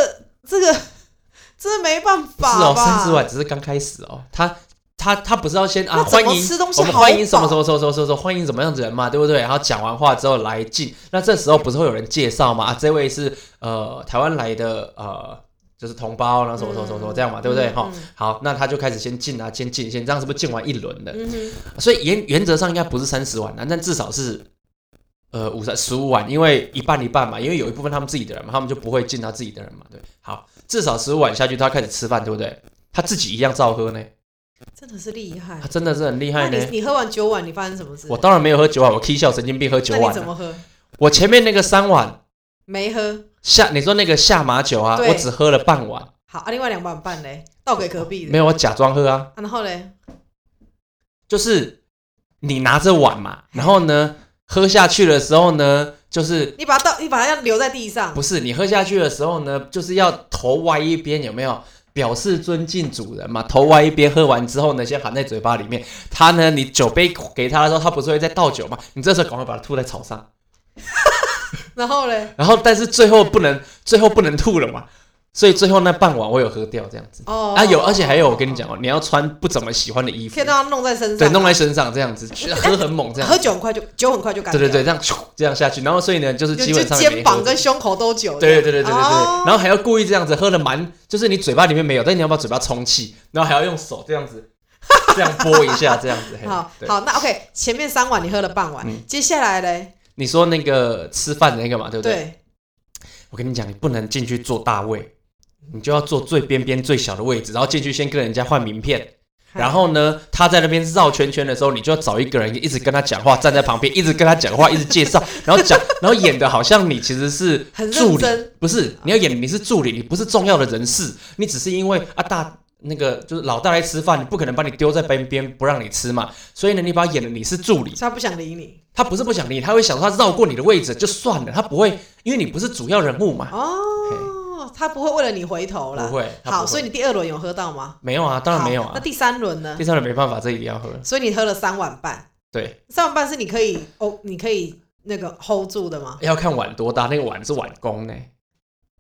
这个 这没办
不是
法
哦，
吧？
三十碗只是刚开始哦，他他他不是要先啊
那怎
欢
么
迎
吃东西
我们
好
欢迎什么
饱
什么什么什么什么什么欢迎什么样子的人嘛，对不对？然后讲完话之后来进，那这时候不是会有人介绍嘛？啊，这位是呃台湾来的呃就是同胞，然后什么什么什么什么这样嘛，对不对？哈、
嗯
好，那他就开始先进啊，先进，先这样是不是进完一轮了？
嗯哼，
所以原原则上应该不是三十碗啊，但至少是呃五三十五碗，因为一半一半嘛，因为有一部分他们自己的人嘛，他们就不会进他自己的人嘛，对。好，至少十五碗下去，他开始吃饭，对不对？他自己一样照喝呢，
真的是厉害
他。真的是很厉
哎那
害
你
呢。
你喝完九碗，你发生什么事？
我当然没有喝九碗，我 K 笑神经病喝九
那你
碗
怎
啊、
么喝？
我前面那个三碗
没喝。
下，你说那个下马酒啊，
对
我只喝了半碗，
好，啊，另外两碗半嘞，倒给隔壁的。
没有，我假装喝啊，
啊然后嘞，
就是你拿着碗嘛，然后呢喝下去的时候呢，就是
你把它倒，你把它要留在地上。
不是你喝下去的时候呢，就是要头歪一边，有没有？表示尊敬主人嘛，头歪一边，喝完之后呢，先含在嘴巴里面。他呢，你酒杯给他的时候，他不是会再倒酒嘛？你这时候赶快把它吐在草上，
然后嘞，
然后但是最后不能，最后不能吐了嘛，所以最后那半碗我有喝掉这样子。
哦，
啊有，而且还有我跟你讲哦，你要穿不怎么喜欢的衣服
可以，让它弄在身上。啊
对，弄在身上这样子，去喝很猛这样
喝
子，
酒很快就酒很快就干
对
掉，
对对，这样咻这样下去，然后所以呢，就是
就
基本
就
上也没
肩
喝
膀跟胸口都酒。
对对对对对对对，
哦
然后还要故意这样子喝的蛮，就是你嘴巴里面没有，但你要把嘴巴充气，然后还要用手这样子 这样拨一下，这样子。嘿
好
对，
好，那 OK，前面三碗你喝了半碗，
嗯
接下来嘞，
你说那个吃饭的那个嘛，对不对？
对，
我跟你讲，你不能进去坐大位，你就要坐最边边最小的位置，然后进去先跟人家换名片。然后呢，他在那边绕圈圈的时候，你就要找一个人一直跟他讲话，站在旁边一直跟他讲话，一直介绍，然后讲，然后演的好像你其实是
很
助
认
理，
真，
不是，你要演你是助理，你不是重要的人士，你只是因为啊大那个就是老大来吃饭，你不可能把你丢在边边不让你吃嘛，所以呢，你把他演的你是助理
所，以他不想理你
他不是不想理你，他会想说他绕过你的位置就算了，他不会，因为你不是主要人物嘛，
哦，他不会为了你回头
啊不
啦。
会，他不
好，
会
所以你第二轮有喝到吗？
没有啊，当然
好
没有
那
啊，
第三轮呢？
第三轮没办法，这一定要喝，
所以你喝了三碗半，
对，
三碗半是你可以哦，你可以那个 hold 住的吗？
要看碗多大，那个碗是碗公呢、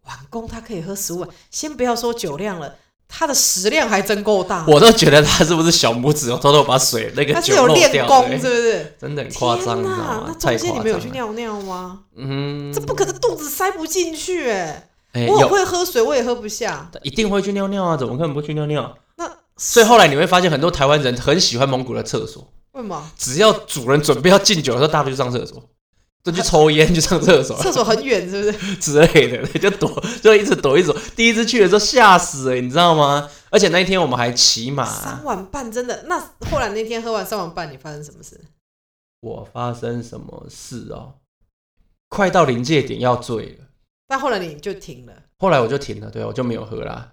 碗公他可以喝十五碗，先不要说酒量了，他的食量还真够大，
我都觉得他是不是小拇指有偷偷把水那个
他是
酒
有
漏
练
掉
功
的
是不是？
真的很夸张，
天
你知道
哪，那
吗？
中
太
间你
夸
没有
张
去
了，
尿尿吗？
嗯
这不可能，肚子塞不进去哎、
哎有
我很会喝水，我也喝不下。
一定会去尿尿啊，怎么可能不去尿尿？
那
所以后来你会发现，很多台湾人很喜欢蒙古的厕所，
为什么？
只要主人准备要敬酒的时候，大家就上厕所，就去抽烟，去上厕 所
厕所很远 是不是？
之类的，就躲，就一直躲，一直躲。第一次去的时候吓死了，你知道吗？而且那一天我们还骑马
三。碗半真的？那后来那天喝完三碗半，你发生什么事？
我发生什么事哦？快到临界点要醉了，
但后来你就停了。
后来我就停了，对，啊我就没有喝啦。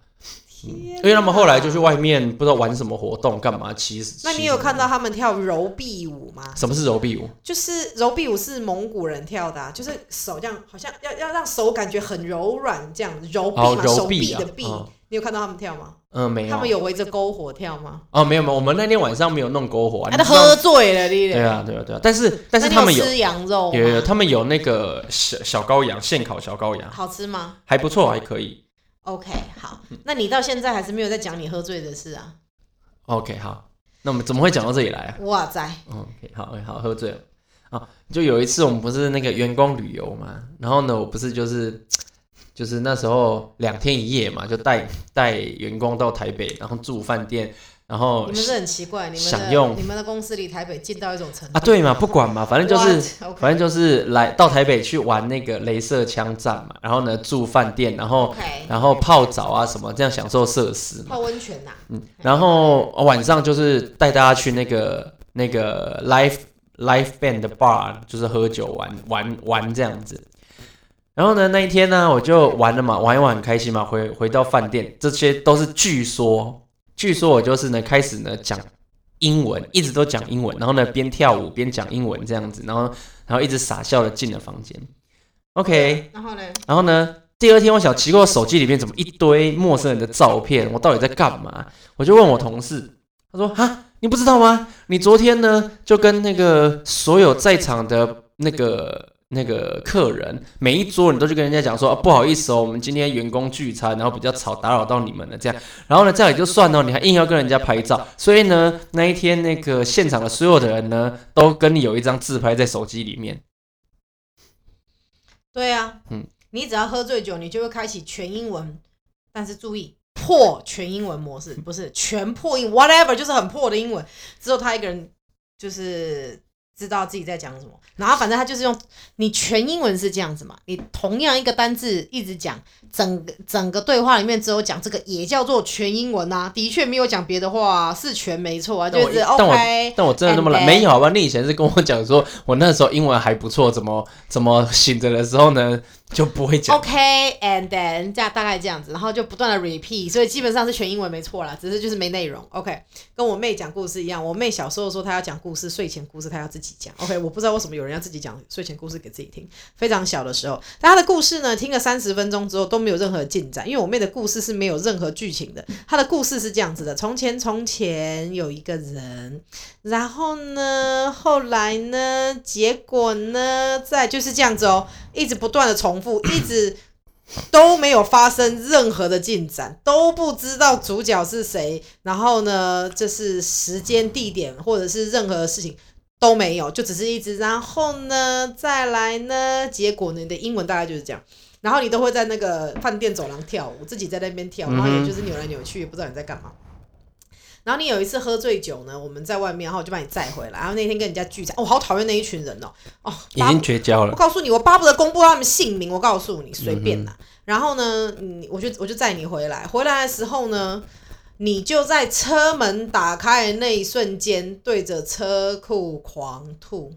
天
嗯因为他们后来就去
哪
外面不知道玩什么活动，干嘛骑？
那你
骑
有
什么
看到他们跳柔臂舞吗？
什么是柔臂舞？
就是柔臂舞是蒙古人跳的、啊，就是手这样，好像要要让手感觉很柔软，这样柔臂嘛，
哦柔
手
臂
臂
啊
的臂。
哦
你有看到他们跳吗？
嗯，没有。
他们有围着篝火跳吗？
哦，没有没有，我们那天晚上没有弄篝火、啊，
他
你
都
知道
喝醉了，你
对
嘞。
啊对啊对啊，但是但是
那你
他们有
吃羊肉吗
有有有他们有那个小小羔羊，现烤小羔羊
好吃吗？
还不错，还可以。
OK，好，
嗯
那你到现在还是没有在讲你喝醉的事啊？
OK，好，那我们怎么会讲到这里来啊
哇塞，
嗯？OK，好好喝醉了啊！就有一次我们不是那个员工旅游嘛，然后呢，我不是就是。就是那时候两天一夜嘛，就带带员工到台北，然后住饭店，然后
你们是很奇怪，你们
哦享
的
用
你们的公司离台北近到一种程
啊
度，
对嘛，不管嘛，反正就是反正
就
就是来到台北去玩那个镭射枪战嘛，然后呢住饭店，然后
OK，
然后泡澡啊什么，这样享受设施嘛。
泡温泉呐、
嗯，然后呃晚上就是带大家去那个那个 live live band 的 bar，就是喝酒玩玩玩这样子。然后呢，那一天呢，我就玩了嘛，玩一玩很开心嘛，回回到饭店，这些都是据说，据说我就是呢开始呢讲英文，一直都讲英文，然后呢边跳舞边讲英文这样子，然后然后一直傻笑的进了房间。OK，
然后呢，
然后呢，第二天我想奇怪，我手机里面怎么一堆陌生人的照片？我到底在干嘛？我就问我同事，他说：“哈，你不知道吗？你昨天呢，就跟那个所有在场的那个那个客人，每一桌你都去跟人家讲说、啊不好意思哦，我们今天员工聚餐，然后比较吵，打扰到你们了这样。然后呢，这样也就算了，你还硬要跟人家拍照，所以呢，那一天那个现场的所有的人呢，都跟你有一张自拍在手机里面。”
对啊，
嗯
你只要喝醉酒，你就会开启全英文，但是注意破全英 文模式，不是全破英 whatever，就是很破的英文，只有他一个人就是知道自己在讲什么。然后反正他就是用你全英文是这样子嘛，你同样一个单字一直讲，整个整个对话里面只有讲这个也叫做全英文啊，的确没有讲别的话、啊，是全没错啊，
但
就
我
是
但我
OK。
但我真的那么懒？
And then-
没有好吧？你以前是跟我讲说，我那时候英文还不错，怎么怎么醒着的时候呢就不会
哦
讲。
OK，and、then 这样大概这样子，然后就不断的 repeat，所以基本上是全英文没错啦，只是就是没内容。OK，跟我妹讲故事一样，我妹小时候说她要讲故事，睡前故事她要自己讲。OK，我不知道为什么有人要自己讲睡前故事给自己听，非常小的时候，但她的故事呢，听了三十分钟之后都没有任何进展，因为我妹的故事是没有任何剧情的，她的故事是这样子的：从前从前有一个人，然后呢，后来呢，结果呢，再就是这样子哦。一直不断的重复，一直都没有发生任何的进展，都不知道主角是谁，然后呢，就是时间、地点或者是任何事情都没有，就只是一直，然后呢，再来呢，结果呢，你的英文大概就是这样。然后你都会在那个饭店走廊跳舞，自己在那边跳，然后
嗯
也
哼
就是扭来扭去，也不知道你在干嘛。然后你有一次喝醉酒呢，我们在外面，然后我就把你载回来。然后那天跟人家聚餐，哦，好讨厌那一群人哦，哦，
已经绝交了
我，告诉你，我巴不得公布他们姓名，我告诉你，随便啦。然后呢，你我就我就载你回来，回来的时候呢，你就在车门打开的那一瞬间，对着车库狂吐。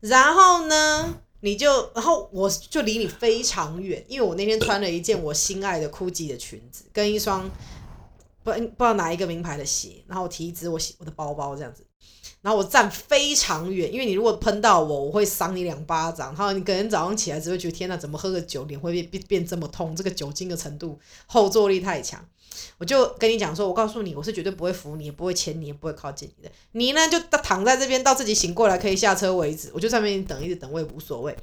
然后呢，你就，然后我就离你非常远，因为我那天穿了一件我心爱的 GUCCI 的裙子，跟一双不不知道哪一个名牌的鞋，然后我提一只我喜我的包包这样子，然后我站非常远，因为你如果喷到我，我会赏你两巴掌，然后你可能早上起来只会觉得天哪，怎么喝个酒脸会变变变这么痛？这个酒精的程度后坐力太强。我就跟你讲说，我告诉你，我是绝对不会扶你，也不会牵你，也不会靠近你的。你呢，就躺在这边到自己醒过来可以下车为止。我就在那边等，一直等，我也无所谓。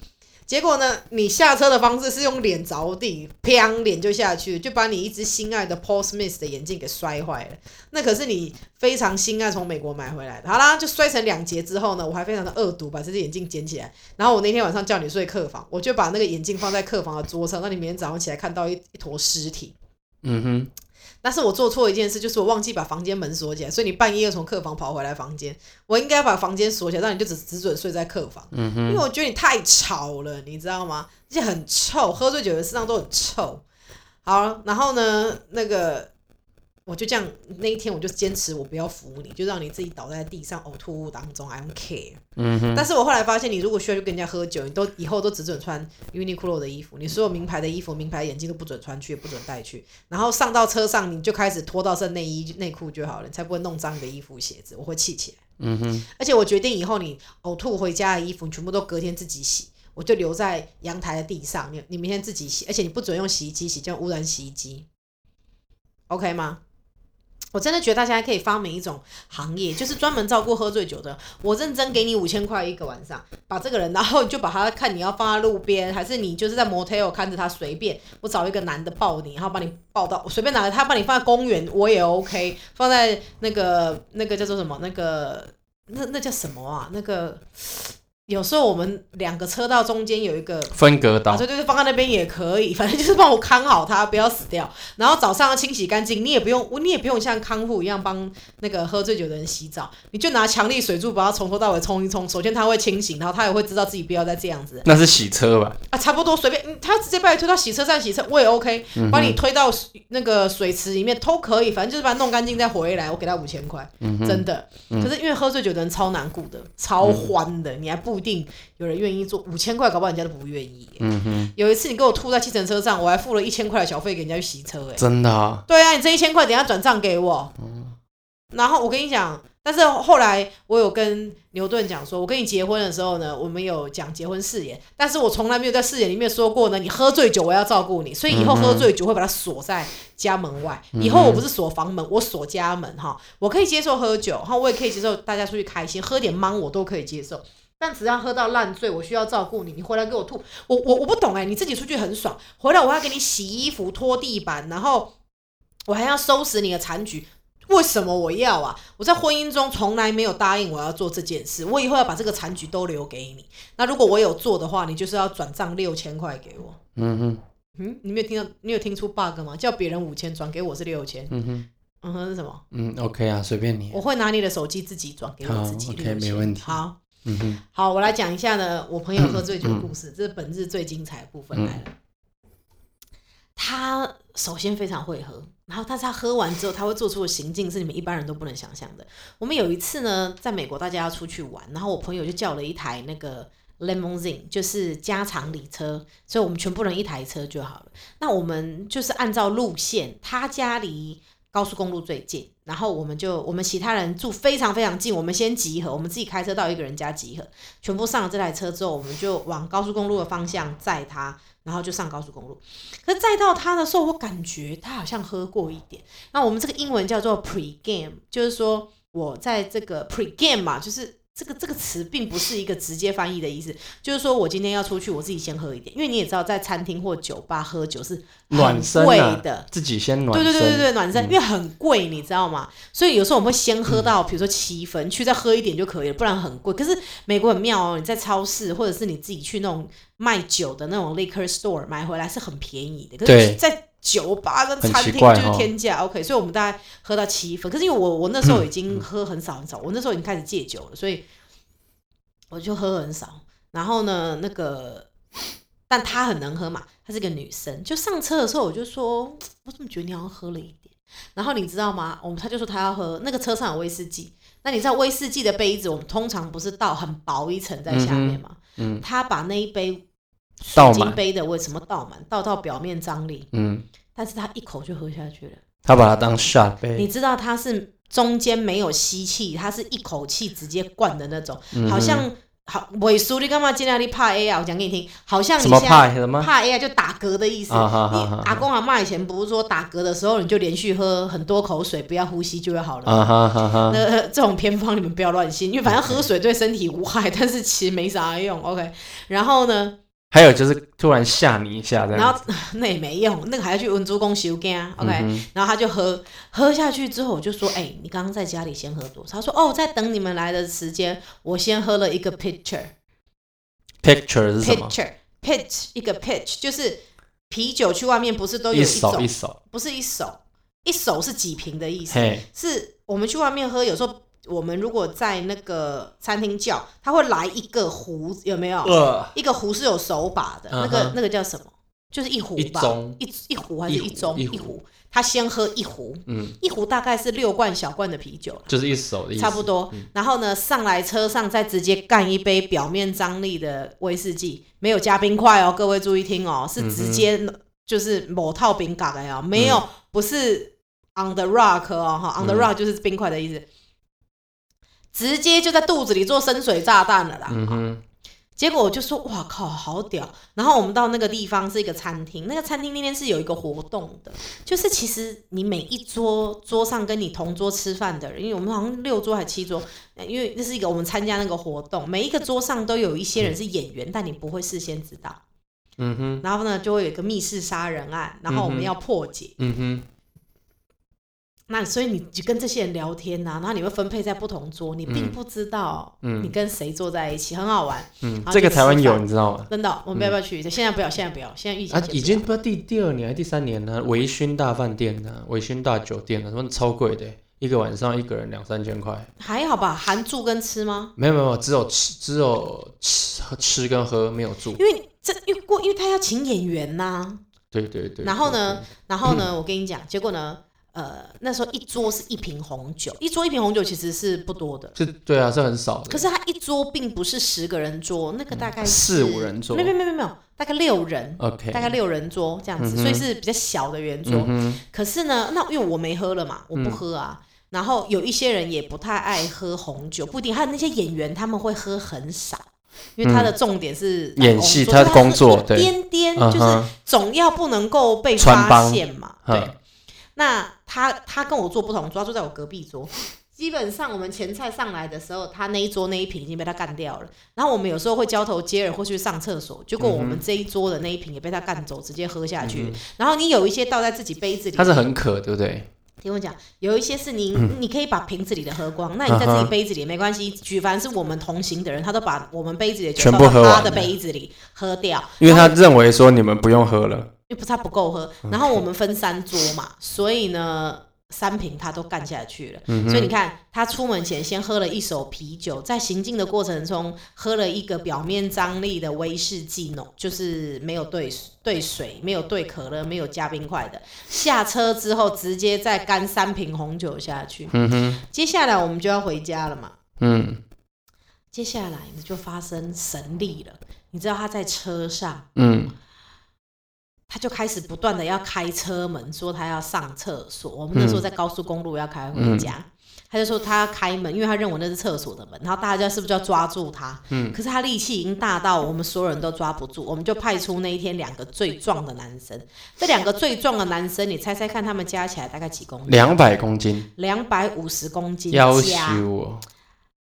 结果呢，你下车的方式是用脸着地，啪，脸就下去，就把你一只心爱的 Paul Smith 的眼镜给摔坏了。那可是你非常心爱从美国买回来的。好啦，就摔成两截之后呢，我还非常的恶毒，把这只眼镜捡起来。然后我那天晚上叫你睡客房，我就把那个眼镜放在客房的桌上，让你明天早上起来看到一一坨尸体。
嗯哼，
但是我做错一件事，就是我忘记把房间门锁起来，所以你半夜又从客房跑回来房间。我应该把房间锁起来，让你就只只准睡在客房，
嗯
因为
哼，
我觉得你太吵了，你知道吗？而且很臭，喝醉酒的身上都很臭。好，然后呢，那个我就这样，那一天我就坚持我不要服务你，就让你自己倒在地上呕吐物当中，I don't care。
嗯哼，
但是我后来发现，你如果需要去跟人家喝酒，你都以后都只准穿 Uniqlo 的衣服，你所有名牌的衣服、名牌眼镜都不准穿去，也不准带去。然后上到车上，你就开始脱到剩内衣内裤就好了，你才不会弄脏你的衣服鞋子，我会气起来。
嗯哼，
而且我决定以后你呕吐回家的衣服，你全部都隔天自己洗，我就留在阳台的地上，你你明天自己洗，而且你不准用洗衣机洗，这样污染洗衣机，OK 吗？我真的觉得大家可以发明一种行业，就是专门照顾喝醉酒的。我认真给你五千块一个晚上，把这个人，然后你就把他看你要放在路边，还是你就是在 motel 看着他随便。我找一个男的抱你，然后把你抱到我随便哪个，他把你放在公园我也 OK，放在那个那个叫做什么那个那那叫什么啊？那个有时候我们两个车道中间有一个
分隔岛
啊，，对对对，放在那边也可以，反正就是帮我看好它，不要死掉。然后早上要清洗干净，你也不用，你也不用像康复一样帮那个喝醉酒的人洗澡，你就拿强力水柱把它从头到尾冲一冲。首先他会清醒，然后他也会知道自己不要再这样子
那是洗车吧？
啊，差不多随便，嗯他直接把你推到洗车站洗车，我也 OK，把
嗯
你推到水那个水池里面都可以，反正就是把它弄干净再回
嗯
来，我给他五千块，真的。可是因为喝醉酒的人超难顾的，超欢的，你还不定有人愿意做，五千块搞不好人家都不愿意耶。
嗯哼，
有一次你给我吐在计程车上，我还付了一千块的小费给人家去洗车，哎，
真的啊，
对啊，你这一千块等一下转账给我。然后我跟你讲，但是后来我有跟牛顿讲说，我跟你结婚的时候呢，我们有讲结婚誓言，但是我从来没有在誓言里面说过呢，你喝醉酒我要照顾你，所以以后喝醉酒会把它锁在家门外。以后我不是锁房门，我锁家门哈。我可以接受喝酒，哈，我也可以接受大家出去开心，喝点芒我都可以接受。但只要喝到烂醉，我需要照顾你，你回来给我吐，我我我不懂哎、你自己出去很爽，回来我还要给你洗衣服、拖地板，然后我还要收拾你的残局。为什么我要啊？我在婚姻中从来没有答应我要做这件事，我以后要把这个残局都留给你。那如果我有做的话，你就是要转账六千块给我。
嗯哼，
嗯，你没有听到？你有听出 bug 吗？叫别人五千，转给我是六千。
嗯哼，
嗯哼，是什么？
嗯，OK 啊，随便你
我，会拿你的手机自己转给我自己
好
6000。
，OK，没问题
好，
嗯哼，
好，我来讲一下呢，我朋友喝醉酒的故事，这是本日最精彩的部分来了。他首先非常会喝，然后但是他喝完之后，他会做出的行径是你们一般人都不能想象的。我们有一次呢，在美国大家要出去玩，然后我朋友就叫了一台那个 limousine，就是加长礼车，所以我们全部人一台车就好了。那我们就是按照路线，他家离高速公路最近，然后我们就我们其他人住非常非常近，我们先集合，我们自己开车到一个人家集合，全部上了这台车之后，我们就往高速公路的方向载他，然后就上高速公路。可是载到他的时候，我感觉他好像喝过一点。那我们这个英文叫做 pre game，就是说我在这个 pre game 嘛，就是这个这个词并不是一个直接翻译的意思，就是说我今天要出去，我自己先喝一点，因为你也知道，在餐厅或酒吧喝酒是很
暖身啊
贵的。
自己先暖身，
对
嗯
对对对对，暖身，因为很贵，你知道吗？所以有时候我们会先喝
嗯
到，比如说七分，去再喝一点就可以了，不然很贵。可是美国很妙哦，你在超市或者是你自己去那种卖酒的那种 liquor store 买回来是很便宜的，可是
对
在酒吧跟
很
餐
奇
厅
怪
就是
哦
天价。OK，所以我们大概喝到七分，可是因为我我那时候已
嗯
经喝很少很少，我那时候已经开始戒酒了，所以我就喝很少。然后呢，那个。但她很能喝嘛，她是个女生。就上车的时候，我就说，我怎么觉得你好像喝了一点？然后你知道吗？我们他就说他要喝那个车上有威士忌，那你知道威士忌的杯子，我们通常不是倒很薄一层在下面吗？
嗯哼嗯
他把那一杯水
倒
晶
满
杯的为什么倒满，倒到表面张力，
嗯，
但是他一口就喝下去了。
他把它当 shot
你
呗，
知道它是中间没有吸气，它是一口气直接灌的那种，
嗯哼
好像好尾叔你干嘛尽量你怕 A 啊？我讲给你听，好像你
什么
现在
派什么？
怕 A 啊就打嗝的意思。
啊哈哈
你
哈
阿公阿妈以前不是说打嗝的时候你就连续喝很多口水，不要呼吸就会好了吗。
啊哈哈哈，
那呃这种偏方你们不要乱信，因为反正喝水对身体无害，但是其实没啥用。OK，然后呢，
还有就是突然吓你一下这
然
样
后 那也没用，那个还要去文珠公修干啊。
嗯
OK，、
哼
然后他就喝喝下去之后，我就说：“哎、你刚刚在家里先喝多少？”他说：“哦，在等你们来的时间，我先喝了一个 pitcher
，picture 是什么？
pitcher pitch 一个 pitch，就是啤酒去外面不是都有
一
种，
手一手，
不是一手，一手是几瓶的意思，
嘿，
是我们去外面喝，有时候我们如果在那个餐厅叫，他会来一个壶，有没有？
呃，
一个壶是有手把的，那
嗯
个
哼
那个叫什么？就是一壶
一
吧，
盅
一一壶还是
一壶
一盅？
一壶
一壶，他先喝一壶，
嗯，
一壶大概是六罐小罐的啤酒啦
就是一手的意思，嗯
差不多。然后呢，上来车上再直接干一杯表面张力的威士忌，没有加冰块哦，各位注意听哦，是直接
嗯
就是某套冰嘎的哦，没有、不是 on the rock 哦，哈，on the
嗯
rock 就是冰块的意思。直接就在肚子里做深水炸弹了啦！
嗯哼，
结果我就说哇靠，好屌！然后我们到那个地方是一个餐厅，那个餐厅那天是有一个活动的，就是其实你每一桌桌上跟你同桌吃饭的人，因为我们好像六桌还七桌，呃因为那是一个我们参加那个活动，每一个桌上都有一些人是演员，但你不会事先知道。
嗯哼，
然后呢，就会有一个密室杀人案，然后我们要破解。
嗯哼，
那所以你就跟这些人聊天啊呐、然后你会分配在不同桌，你并
嗯
不知道
嗯
你跟谁坐在一起，很好玩。
嗯
然，后
这个
就
台湾
吃
有
饭
你知道吗？
真的，我们要不要去一下？现在不要，现在不要，现在疫情
啊
先，不
已
要
经不知道第第二年还是第三年了、微醺大饭店呢、微醺大酒店呢、他们超贵的、一个晚上一个人两三千块。
还好吧？含住跟吃吗？
没有没有，只有吃只有吃吃跟喝没有 住。
因为你这因为过，因为他要请演员呐、
对对对。
然后
对嗯
呢？然后呢，我跟你讲，结果呢，呃，那时候一桌是一瓶红酒，一桌一瓶红酒其实是不多的，
是，对啊，是很少的。
可是它一桌并不是十个人桌，那个大概
四五人桌
没有没有没有没有，大概六人，
OK，
大概六人桌这样子，
嗯哼
所以是比较小的圆桌。
嗯
可是呢，那因为我没喝了嘛，我不喝啊。然后有一些人也不太爱喝红酒，不一定。还有那些演员他们会喝很少，因为他的重点是
嗯演戏
打工
他的工作
所以他喝一点点
嗯
就是
哼
总要不能够被
穿
发
帮
现嘛。
哼
对，那他他跟我坐不同桌，他坐在我隔壁桌。基本上我们前菜上来的时候，他那一桌那一瓶已经被他干掉了。然后我们有时候会交头接耳或去上厕所，结果
嗯
我们这一桌的那一瓶也被他干走，直接喝下去。然后你有一些倒在自己杯子里，
它嗯是很渴，对不对？
听我讲，有一些是你、
嗯
你可以把瓶子里的喝光，那你在自己杯子里也没关系。举凡是我们同行的人，他都把我们杯子里的酒
全部
倒到
喝完
他的
了
杯子里喝掉，
因为他嗯认为说你们不用喝了，
因为不是他不够喝。然后我们分三桌嘛，所以呢。三瓶他都干下去了，
嗯
所以你看，他出门前先喝了一手啤酒，在行进的过程中喝了一个表面张力的威士忌浓，就是没有兑兑水、没有兑可乐、没有加冰块的。下车之后直接再干三瓶红酒下去，
嗯哼，
接下来我们就要回家了嘛，
嗯
接下来你就发生神力了。你知道他在车上，
嗯
他就开始不断的要开车门，说他要上厕所。我们那时候在高速公路要开回家，
嗯
他就说他要开门，因为他认为那是厕所的门。然后大家是不是就要抓住他？
嗯
可是他力气已经大到我们所有人都抓不住，我们就派出那一天两个最壮的男生。这两个最壮的男生，你猜猜看，他们加起来大概几公斤？
两百公斤，
两百五十公斤
要
加。
求我，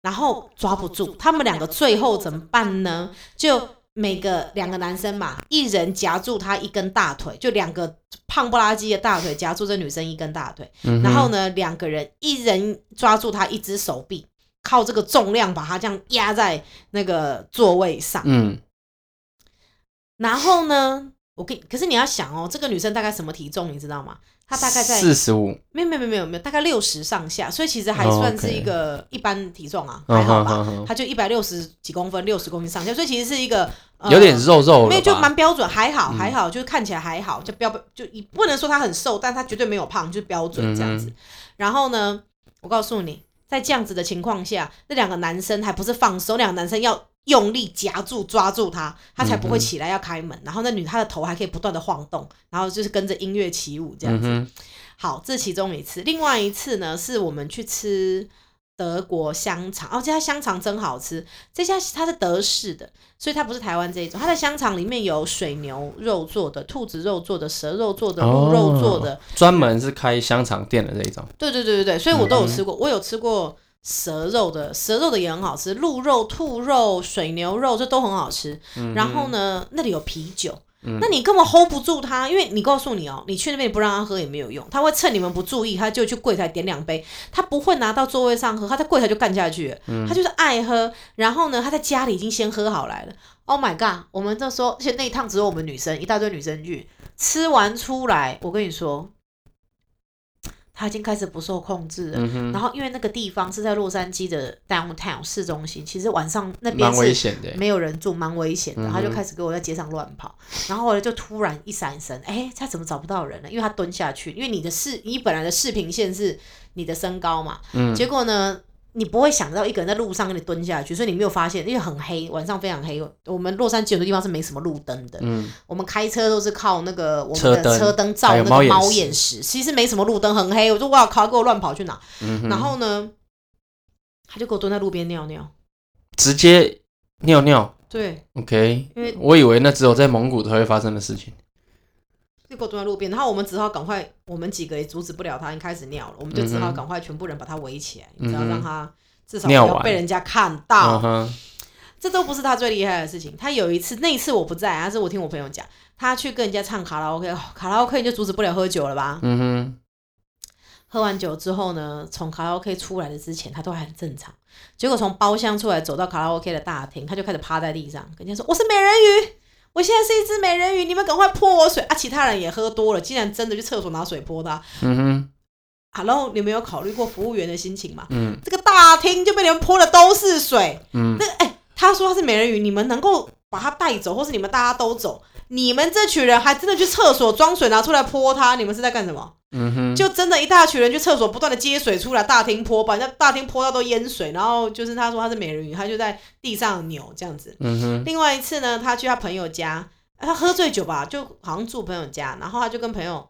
然后抓不住，他们两个最后怎么办呢？就每个两个男生嘛，一人夹住他一根大腿，就两个胖不拉几的大腿夹住这女生一根大腿，
嗯
然
哼，
后呢，两个人一人抓住他一只手臂，靠这个重量把他这样压在那个座位上。
嗯
然后呢，我跟可是你要想哦，这个女生大概什么体重你知道吗？她大概在
四十五，
没有没有没有没有没有大概六十上下，所以其实还
哦
算是
OK
一个一般体重啊，还
嗯哼
好吧。
哼哼，
他就一百六十几公分，六十公斤上下，所以其实是一个、呃、
有点肉肉
没有
了
就
吧？嗯
蛮标准，还好还好，就是看起来还好，就标就你不能说他很瘦，但他绝对没有胖，就是标
嗯
准这样子。然后呢，我告诉你，在这样子的情况下，那两个男生还不是放手，两个男生要。用力夹住、抓住他，他才不
嗯
会起来要开门。然后那女她的头还可以不断的晃动，然后就是跟着音乐起舞这样
嗯
子。
哼，
好，这其中一次，另外一次呢，是我们去吃德国香肠，哦，这家香肠真好吃。这家它是德式的，所以它不是台湾这一种。它的香肠里面有水牛肉做的、兔子肉做的、蛇肉做的、鹿肉做的，
专门是开香肠店的这一种，
对对对对对，所以我都有吃过，我有吃过蛇肉的，蛇肉的也很好吃，鹿肉、兔肉、水牛肉这都很好吃。
嗯
嗯然后呢，那里有啤酒。那你根本 hold 不住他，因为你告诉你哦，你去那边你不让他喝也没有用，他会趁你们不注意，他就去柜台点两杯，他不会拿到座位上喝，他在柜台就干下去了，
嗯
他就是爱喝，然后呢，他在家里已经先喝好来了，Oh my god，我们那时候，而且那一趟只有我们女生，一大堆女生去，吃完出来，我跟你说，他已经开始不受控制了，
嗯哼，
然后因为那个地方是在洛杉矶的 downtown 市中心，其实晚上那边
蛮危
是
险的，
没有人住，蛮危险
嗯
的。
哼
他就开始给我在街上乱跑，然后后来就突然一闪身，哎，他怎么找不到人了？因为他蹲下去，因为你的视，你本来的视频线是你的身高嘛，
嗯
结果呢？你不会想到一个人在路上跟你蹲下去，所以你没有发现，因为很黑，晚上非常黑。我们洛杉矶有的地方是没什么路灯的，
嗯
我们开车都是靠那个我
车
们的
灯
车灯照
还有
那个
猫眼
猫
石
眼石，其实没什么路灯，很黑。我就哇靠，给我乱跑去哪？
嗯哼，
然后呢，他就给我蹲在路边尿尿。
直接尿尿
对，
，OK，
因为
我以为那只有在蒙古才会发生的事情，
就给我蹲在路边，然后我们只好赶快，我们几个也阻止不了他，已经开始尿了，我们就只好
嗯哼
赶快全部人把他围起来，你知道
嗯哼
让他至少不
尿
要
完
被人家看到。
嗯哼，
这都不是他最厉害的事情。他有一次，那一次我不在啊，是我听我朋友讲，他去跟人家唱卡拉 OK，哦卡拉 OK 你就阻止不了喝酒了吧？
嗯哼，
喝完酒之后呢，从卡拉 OK 出来的之前，他都还很正常。结果从包厢出来，走到卡拉 OK 的大厅，他就开始趴在地上，跟人家说：“我是美人鱼，我现在是一只美人鱼，你们赶快泼我水啊！”其他人也喝多了，竟然真的去厕所拿水泼他。
嗯哼，
Hello，你没有考虑过服务员的心情吗？
嗯
这个大厅就被你们泼的都是水。
嗯
那个，哎、他说他是美人鱼，你们能够把他带走，或是你们大家都走，你们这群人还真的去厕所装水拿出来泼他，你们是在干什么？
嗯哼，
就真的一大群人去厕所，不断的接水出来，大厅泼，把人家大厅泼到都淹水。然后就是他说他是美人鱼，他就在地上扭这样子。
嗯哼，
另外一次呢，他去他朋友家，啊他喝醉酒吧，就好像住朋友家，然后他就跟朋友，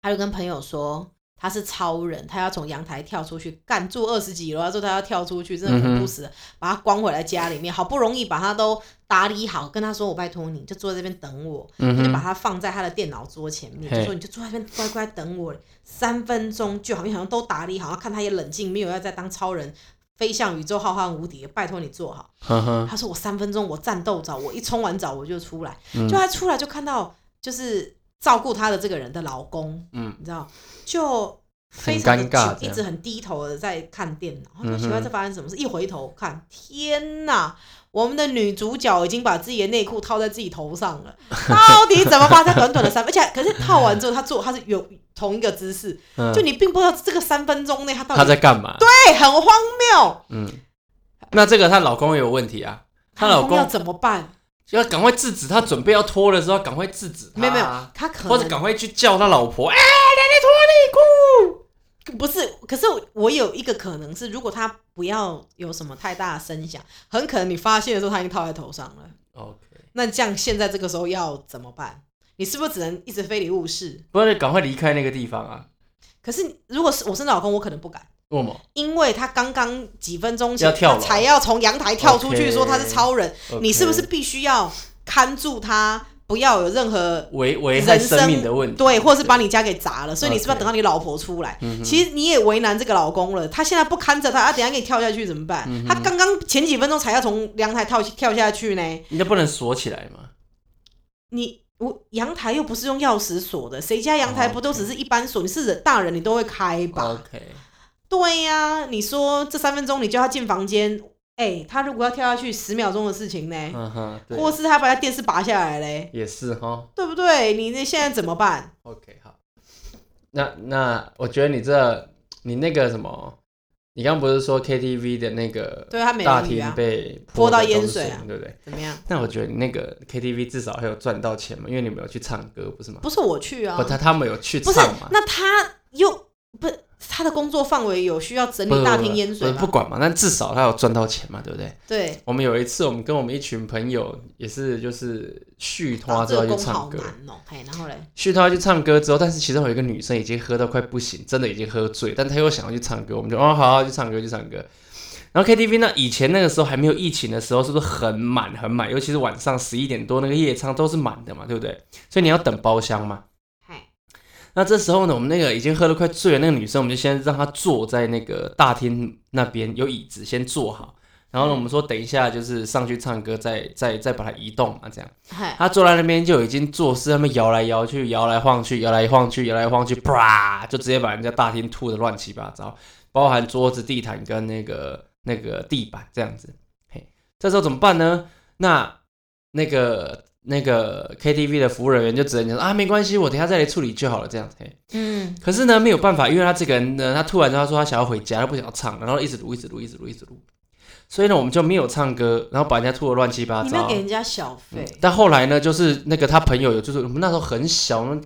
他就跟朋友说他是超人，他要从阳台跳出去，干住二十几楼，他说他要跳出去，真的
嗯
很
哼
不死了，把他关回来家里面，好不容易把他都打理好，跟他说我拜托你就坐在这边等我，
嗯
他就把
哼，
它放在他的电脑桌前面，
嘿
就说你就坐在那边乖乖等我三分钟，就好像好像都打理好，看他也冷静，没有要再当超人。飞向宇宙浩瀚无敌，拜托你坐好。
呵呵，
他说我三分钟，我战斗澡，我一冲完澡我就出来，
嗯
就他出来就看到就是照顾他的这个人的老公，
嗯，
你知道，就非
很
常的
尴尬
久
这
一
样
直很低头的在看电脑，他说
嗯哼
奇怪这发生什么事，一回头看，天哪！我们的女主角已经把自己的内裤套在自己头 上了，到底怎么把她短短的三分？而且可是套完之后，她做她是有同一个姿势，
嗯
就你并不知道这个三分钟内她到
他
底
在干嘛？
对很荒谬，
嗯，那这个她老公也有问题啊，她老
要
公
怎么办？
要赶快制止她，准备要脱的时候要赶快制止她，
没有没有，她
啊
可
或者
能
赶快去叫她老婆，哎，
不是，可是我我有一个可能是，如果他不要有什么太大的声响，很可能你发现的时候他已经套在头上了。
OK，
那这样现在这个时候要怎么办？你是不是只能一直非礼勿视？
不然就赶快离开那个地方啊，
可是如果是我是老公，我可能不敢，
为什么？
因为他刚刚几分钟前
要跳
他
楼
才要从阳台跳出去
OK
说他是超人
OK
你是不是必须要看住他，不要有任何
危危害
人
生
身
命的问题？
对，或者是把你家给砸了？所以你是不是要
OK
等到你老婆出来？
嗯哼
其实你也为难这个老公了，他现在不看着他，啊他等一下给你跳下去怎么办？
嗯
他刚刚前几分钟才要从阳台跳跳下去呢，
你都不能锁起来嘛？
你我阳台又不是用钥匙锁的，谁家阳台
哦
不都只是一般锁？你是人大人，你都会开吧？
OK，
对呀、你说这三分钟你叫他进房间，哎、他如果要跳下去十秒钟的事情呢，
嗯哼，对，
或是他把他电视拔下来嘞，
也是哈。
对不对？你那现在怎么办？
OK，好。那那我觉得你这你那个什么，你刚不是说 KTV 的那个
对他美
大
人鱼
厅
啊，
被
泼到
的
淹
都是
水啊
对不对？
怎么样？
那我觉得你那个 KTV 至少还有赚到钱嘛，因为你们有去唱歌不是吗？
不是我去啊，
不，他他们有去
不
唱
是，
嘛？
那他又不是他的工作范围有需要整
不是
理大
不是
厅淹水
不是不
吗？
管嘛，但至少他有赚到钱嘛，对不对？
对，
我们有一次，我们跟我们一群朋友也是就是续
搞
团之
这
后
个
去
工好
唱歌，
难哦、嘿，然后嘞，
去他去唱歌之后，但是其中有一个女生已经喝到快不行，真的已经喝醉，但她又想要去唱歌，我们就哦好好去唱歌去唱歌。然后 KTV 呢，以前那个时候还没有疫情的时候，是不是很满很满？尤其是晚上十一点多那个夜唱都是满的嘛，对不对？所以你要等包厢嘛。
嘿，
那这时候呢，我们那个已经喝得快醉的那个女生，我们就先让她坐在那个大厅那边有椅子先坐好。然后呢，我们说等一下就是上去唱歌，再再再把她移动嘛，这样。
嘿，
他坐在那边就已经做事，他们摇来摇去，摇来晃去，摇来晃去，摇来晃去，啪，就直接把人家大厅吐的乱七八糟，包含桌子、地毯跟那个那个地板这样子。嘿，这时候怎么办呢？那那个那个 KTV 的服务人员就只能讲说啊，没关系，我等一下再来处理就好了，这样。嘿，
嗯，
可是呢，没有办法，因为他这个人呢，他突然他说他想要回家，他不想要唱了，然后一直撸，一直撸，一直撸，一直撸。所以呢，我们就没有唱歌，然后把人家吐的乱七八糟。
你们要给人家小费，
但后来呢，就是那个他朋友有，就是我们那时候很小，我们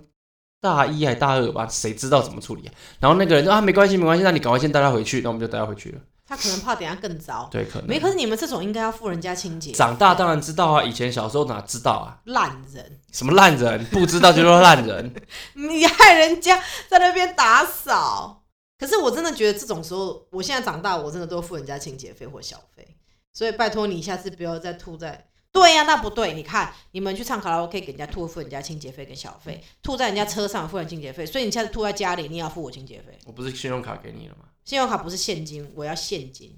大一还大二吧，谁知道怎么处理、啊？然后那个人就啊，没关系，没关系，那你赶快先带他回去，那我们就带他回去了。
他可能怕等一下更糟。
对，可能
没，可是你们这种应该要付人家清洁，
长大当然知道啊，以前小时候哪知道啊？
烂人，
什么烂人，不知道就说烂人。
你害人家在那边打扫。可是我真的觉得这种时候，我现在长大，我真的都付人家清洁费或小费，所以拜托你下次不要再吐在。对呀、那不对。你看，你们去唱卡拉 OK 给人家吐，付人家清洁费跟小费；吐在人家车上付人家清洁费，所以你下次吐在家里，你也要付我清洁费。
我不是信用卡给你了吗？
信用卡不是现金，我要现金，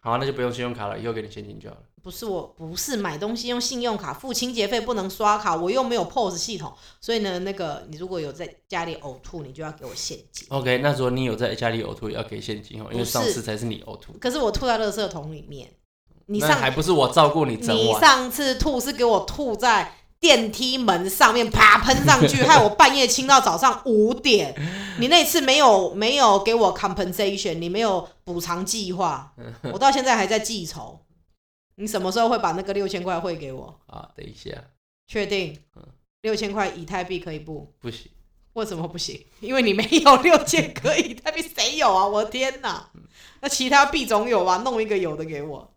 好啊、那就不用信用卡了，以后给你现金就好了。
不是我不是买东西用信用卡付清洁费，不能刷卡，我又没有 POS 系统，所以呢，那个你如果有在家里呕吐，你就要给我现金。
OK，那如果你有在家里呕吐，也要给现金哦，因为
不是
上次才是你呕吐，
可是我吐在垃圾桶里面，你
那
上
还不是我照顾你整
你
晚？
上次吐是给我吐在电梯门上面，啪喷上 去，害我半夜清到早上五点。你那次没有没有给我 compensation，你没有补偿 计划，我到现在还在记仇。你什么时候会把那个六千块汇给我？
啊，等一下，
确定
嗯？
六千块以太币可以不？
不行，
为什么不行？因为你没有六千可以，那边谁有啊？我的天哪！那其他币总有吧？弄一个有的给我。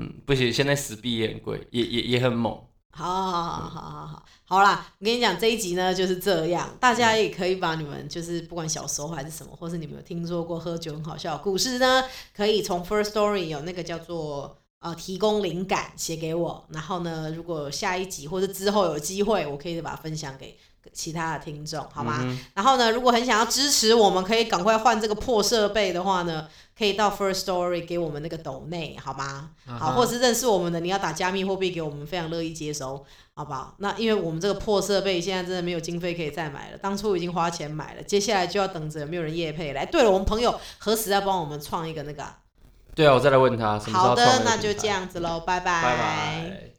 嗯，不行，现在十币也很贵，也也也很猛。
好好好好好好好，好啦，我跟你讲这一集呢就是这样，大家也可以把你们就是不管小时候还是什么，或是你们有听说过喝酒很好笑的故事呢，可以从 First Story 有那个叫做呃提供灵感写给我，然后呢，如果下一集或者之后有机会，我可以再把它分享给其他的听众，好吗？
嗯
然后呢，如果很想要支持我们，可以赶快换这个破设备的话呢，可以到 First Story 给我们那个抖内，好吗？
嗯
好，或是认识我们的，你要打加密货币给我们，非常乐意接收，好不好？那因为我们这个破设备现在真的没有经费可以再买了，当初已经花钱买了，接下来就要等着有没有人业配来。对了，我们朋友何时要帮我们创一个那个啊、
对啊，我再来问他什么时候要
好
创
的，
个
那
平
就
台
这样子喽，
拜拜。